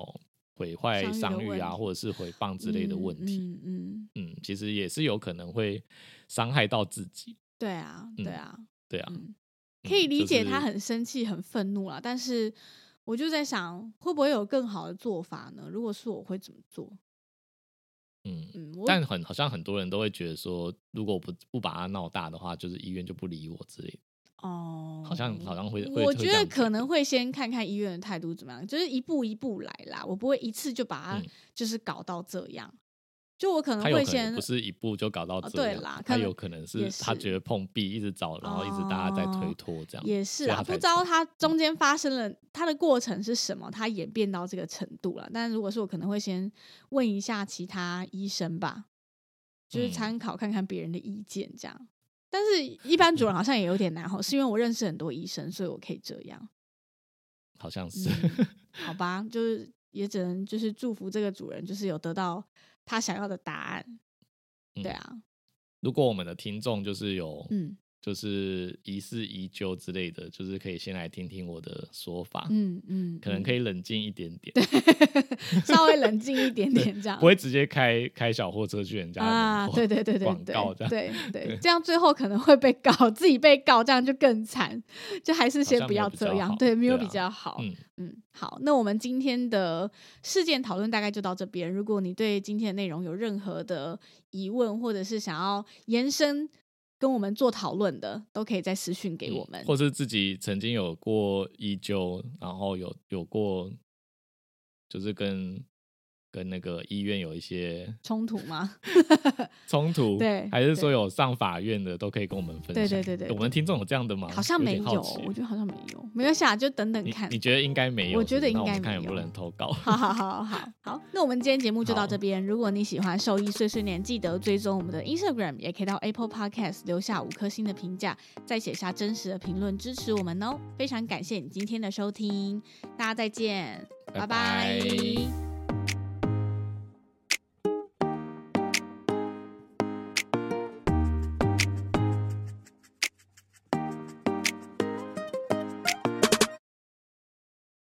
Speaker 2: 毁坏
Speaker 1: 商
Speaker 2: 商
Speaker 1: 誉的
Speaker 2: 誉啊，
Speaker 1: 问题
Speaker 2: 或者是毁谤之类的
Speaker 1: 嗯
Speaker 2: 问题。
Speaker 1: 嗯嗯，
Speaker 2: 嗯，其实也是有可能会伤害到自己，
Speaker 1: 对啊
Speaker 2: 嗯
Speaker 1: 对啊，
Speaker 2: 对啊，
Speaker 1: 嗯，可以理解他
Speaker 2: 就是
Speaker 1: 很生气、很愤怒啦，但是我就在想，会不会有更好的做法呢？如果是我会怎么做？
Speaker 2: 嗯，
Speaker 1: 嗯，我
Speaker 2: 但很好像很多人都会觉得说，如果不不把它闹大的话，就是医院就不理我之类的，
Speaker 1: 哦，
Speaker 2: 好像好像会，会
Speaker 1: 我
Speaker 2: 会
Speaker 1: 觉
Speaker 2: 这
Speaker 1: 得
Speaker 2: 样
Speaker 1: 可能会先看看医院的态度怎么样，就是一步一步来啦，我不会一次就把它
Speaker 2: 嗯
Speaker 1: 就是搞到这样，就我可能
Speaker 2: 他有
Speaker 1: 会
Speaker 2: 可能也
Speaker 1: 先
Speaker 2: 不是一步就搞到
Speaker 1: 哦
Speaker 2: 这样，
Speaker 1: 对啦可
Speaker 2: 他
Speaker 1: 能
Speaker 2: 有可能
Speaker 1: 也
Speaker 2: 是
Speaker 1: 是哦
Speaker 2: 他觉得碰壁一直找，然后一直大家在推脱这样，
Speaker 1: 也是
Speaker 2: 所以
Speaker 1: 啊，
Speaker 2: 他
Speaker 1: 不
Speaker 2: 才
Speaker 1: 知道
Speaker 2: 说嗯
Speaker 1: 它中间发生了它的过程是什么，它演变到这个程度了。但如果是我，可能会先问一下其他医生吧，就是
Speaker 2: 嗯
Speaker 1: 参考看看别人的意见这样。但是，一般主人好像也有点难吼，是因为我认识很多医生，所以我可以这样，
Speaker 2: 好像是，
Speaker 1: 嗯好吧？就是也只能就是祝福这个主人，就是有得到他想要的答案。对
Speaker 2: 嗯
Speaker 1: 啊，
Speaker 2: 如果我们的听众就是有
Speaker 1: 嗯
Speaker 2: 就是疑似疑纠之类的，就是可以先来听听我的说法，
Speaker 1: 嗯嗯，
Speaker 2: 可能可
Speaker 1: 以
Speaker 2: 以冷静一点点。
Speaker 1: 稍微冷静一点点这样
Speaker 2: 不。会直接开开小货车去人家
Speaker 1: 啊，
Speaker 2: 门 口
Speaker 1: 对对对对
Speaker 2: 广告这
Speaker 1: 对
Speaker 2: 样，
Speaker 1: 对 对，这样最后可能会被告， 自己被告，这样就更惨，就还是
Speaker 2: 好
Speaker 1: 先
Speaker 2: 像
Speaker 1: 不
Speaker 2: 没有
Speaker 1: 要
Speaker 2: 比
Speaker 1: 这
Speaker 2: 较
Speaker 1: 样
Speaker 2: 好，
Speaker 1: 对，没有
Speaker 2: 对
Speaker 1: 比
Speaker 2: 啊
Speaker 1: 较好。
Speaker 2: 嗯，
Speaker 1: 嗯，好，那我们今天的事件讨论大概就到这边。如果你对今天的内容有任何的疑问，或者是想要延伸跟我们做讨论的，都可以再私讯给我们。
Speaker 2: 嗯或是自己曾经有过医纠，然后有有过，就是跟跟那个医院有一些
Speaker 1: 冲突吗？
Speaker 2: 冲突，
Speaker 1: 对
Speaker 2: 还是说
Speaker 1: 对
Speaker 2: 有上法院的，都可以跟我们分享。
Speaker 1: 对对对对对
Speaker 2: 我们听众有这样的吗？
Speaker 1: 好像没有，
Speaker 2: 有 点好奇
Speaker 1: 我觉得好像没有，没关系啊，就等等
Speaker 2: 你
Speaker 1: 看
Speaker 2: 你。觉得应该没有？
Speaker 1: 我觉得
Speaker 2: 是
Speaker 1: 应
Speaker 2: 不是
Speaker 1: 该
Speaker 2: 那我们看
Speaker 1: 没
Speaker 2: 有
Speaker 1: 有
Speaker 2: 没有人投稿。
Speaker 1: 好好好好好，那我们今天节目就到
Speaker 2: 好
Speaker 1: 这边。如果你喜欢《兽医碎碎念》，记得追踪我们的 Instagram，也可以到 Apple Podcast 留下五颗星的评价，再写下真实的评论支持我们哦。非常感谢你今天的收听，大家再见，
Speaker 2: 拜
Speaker 1: 拜
Speaker 2: 拜
Speaker 1: 拜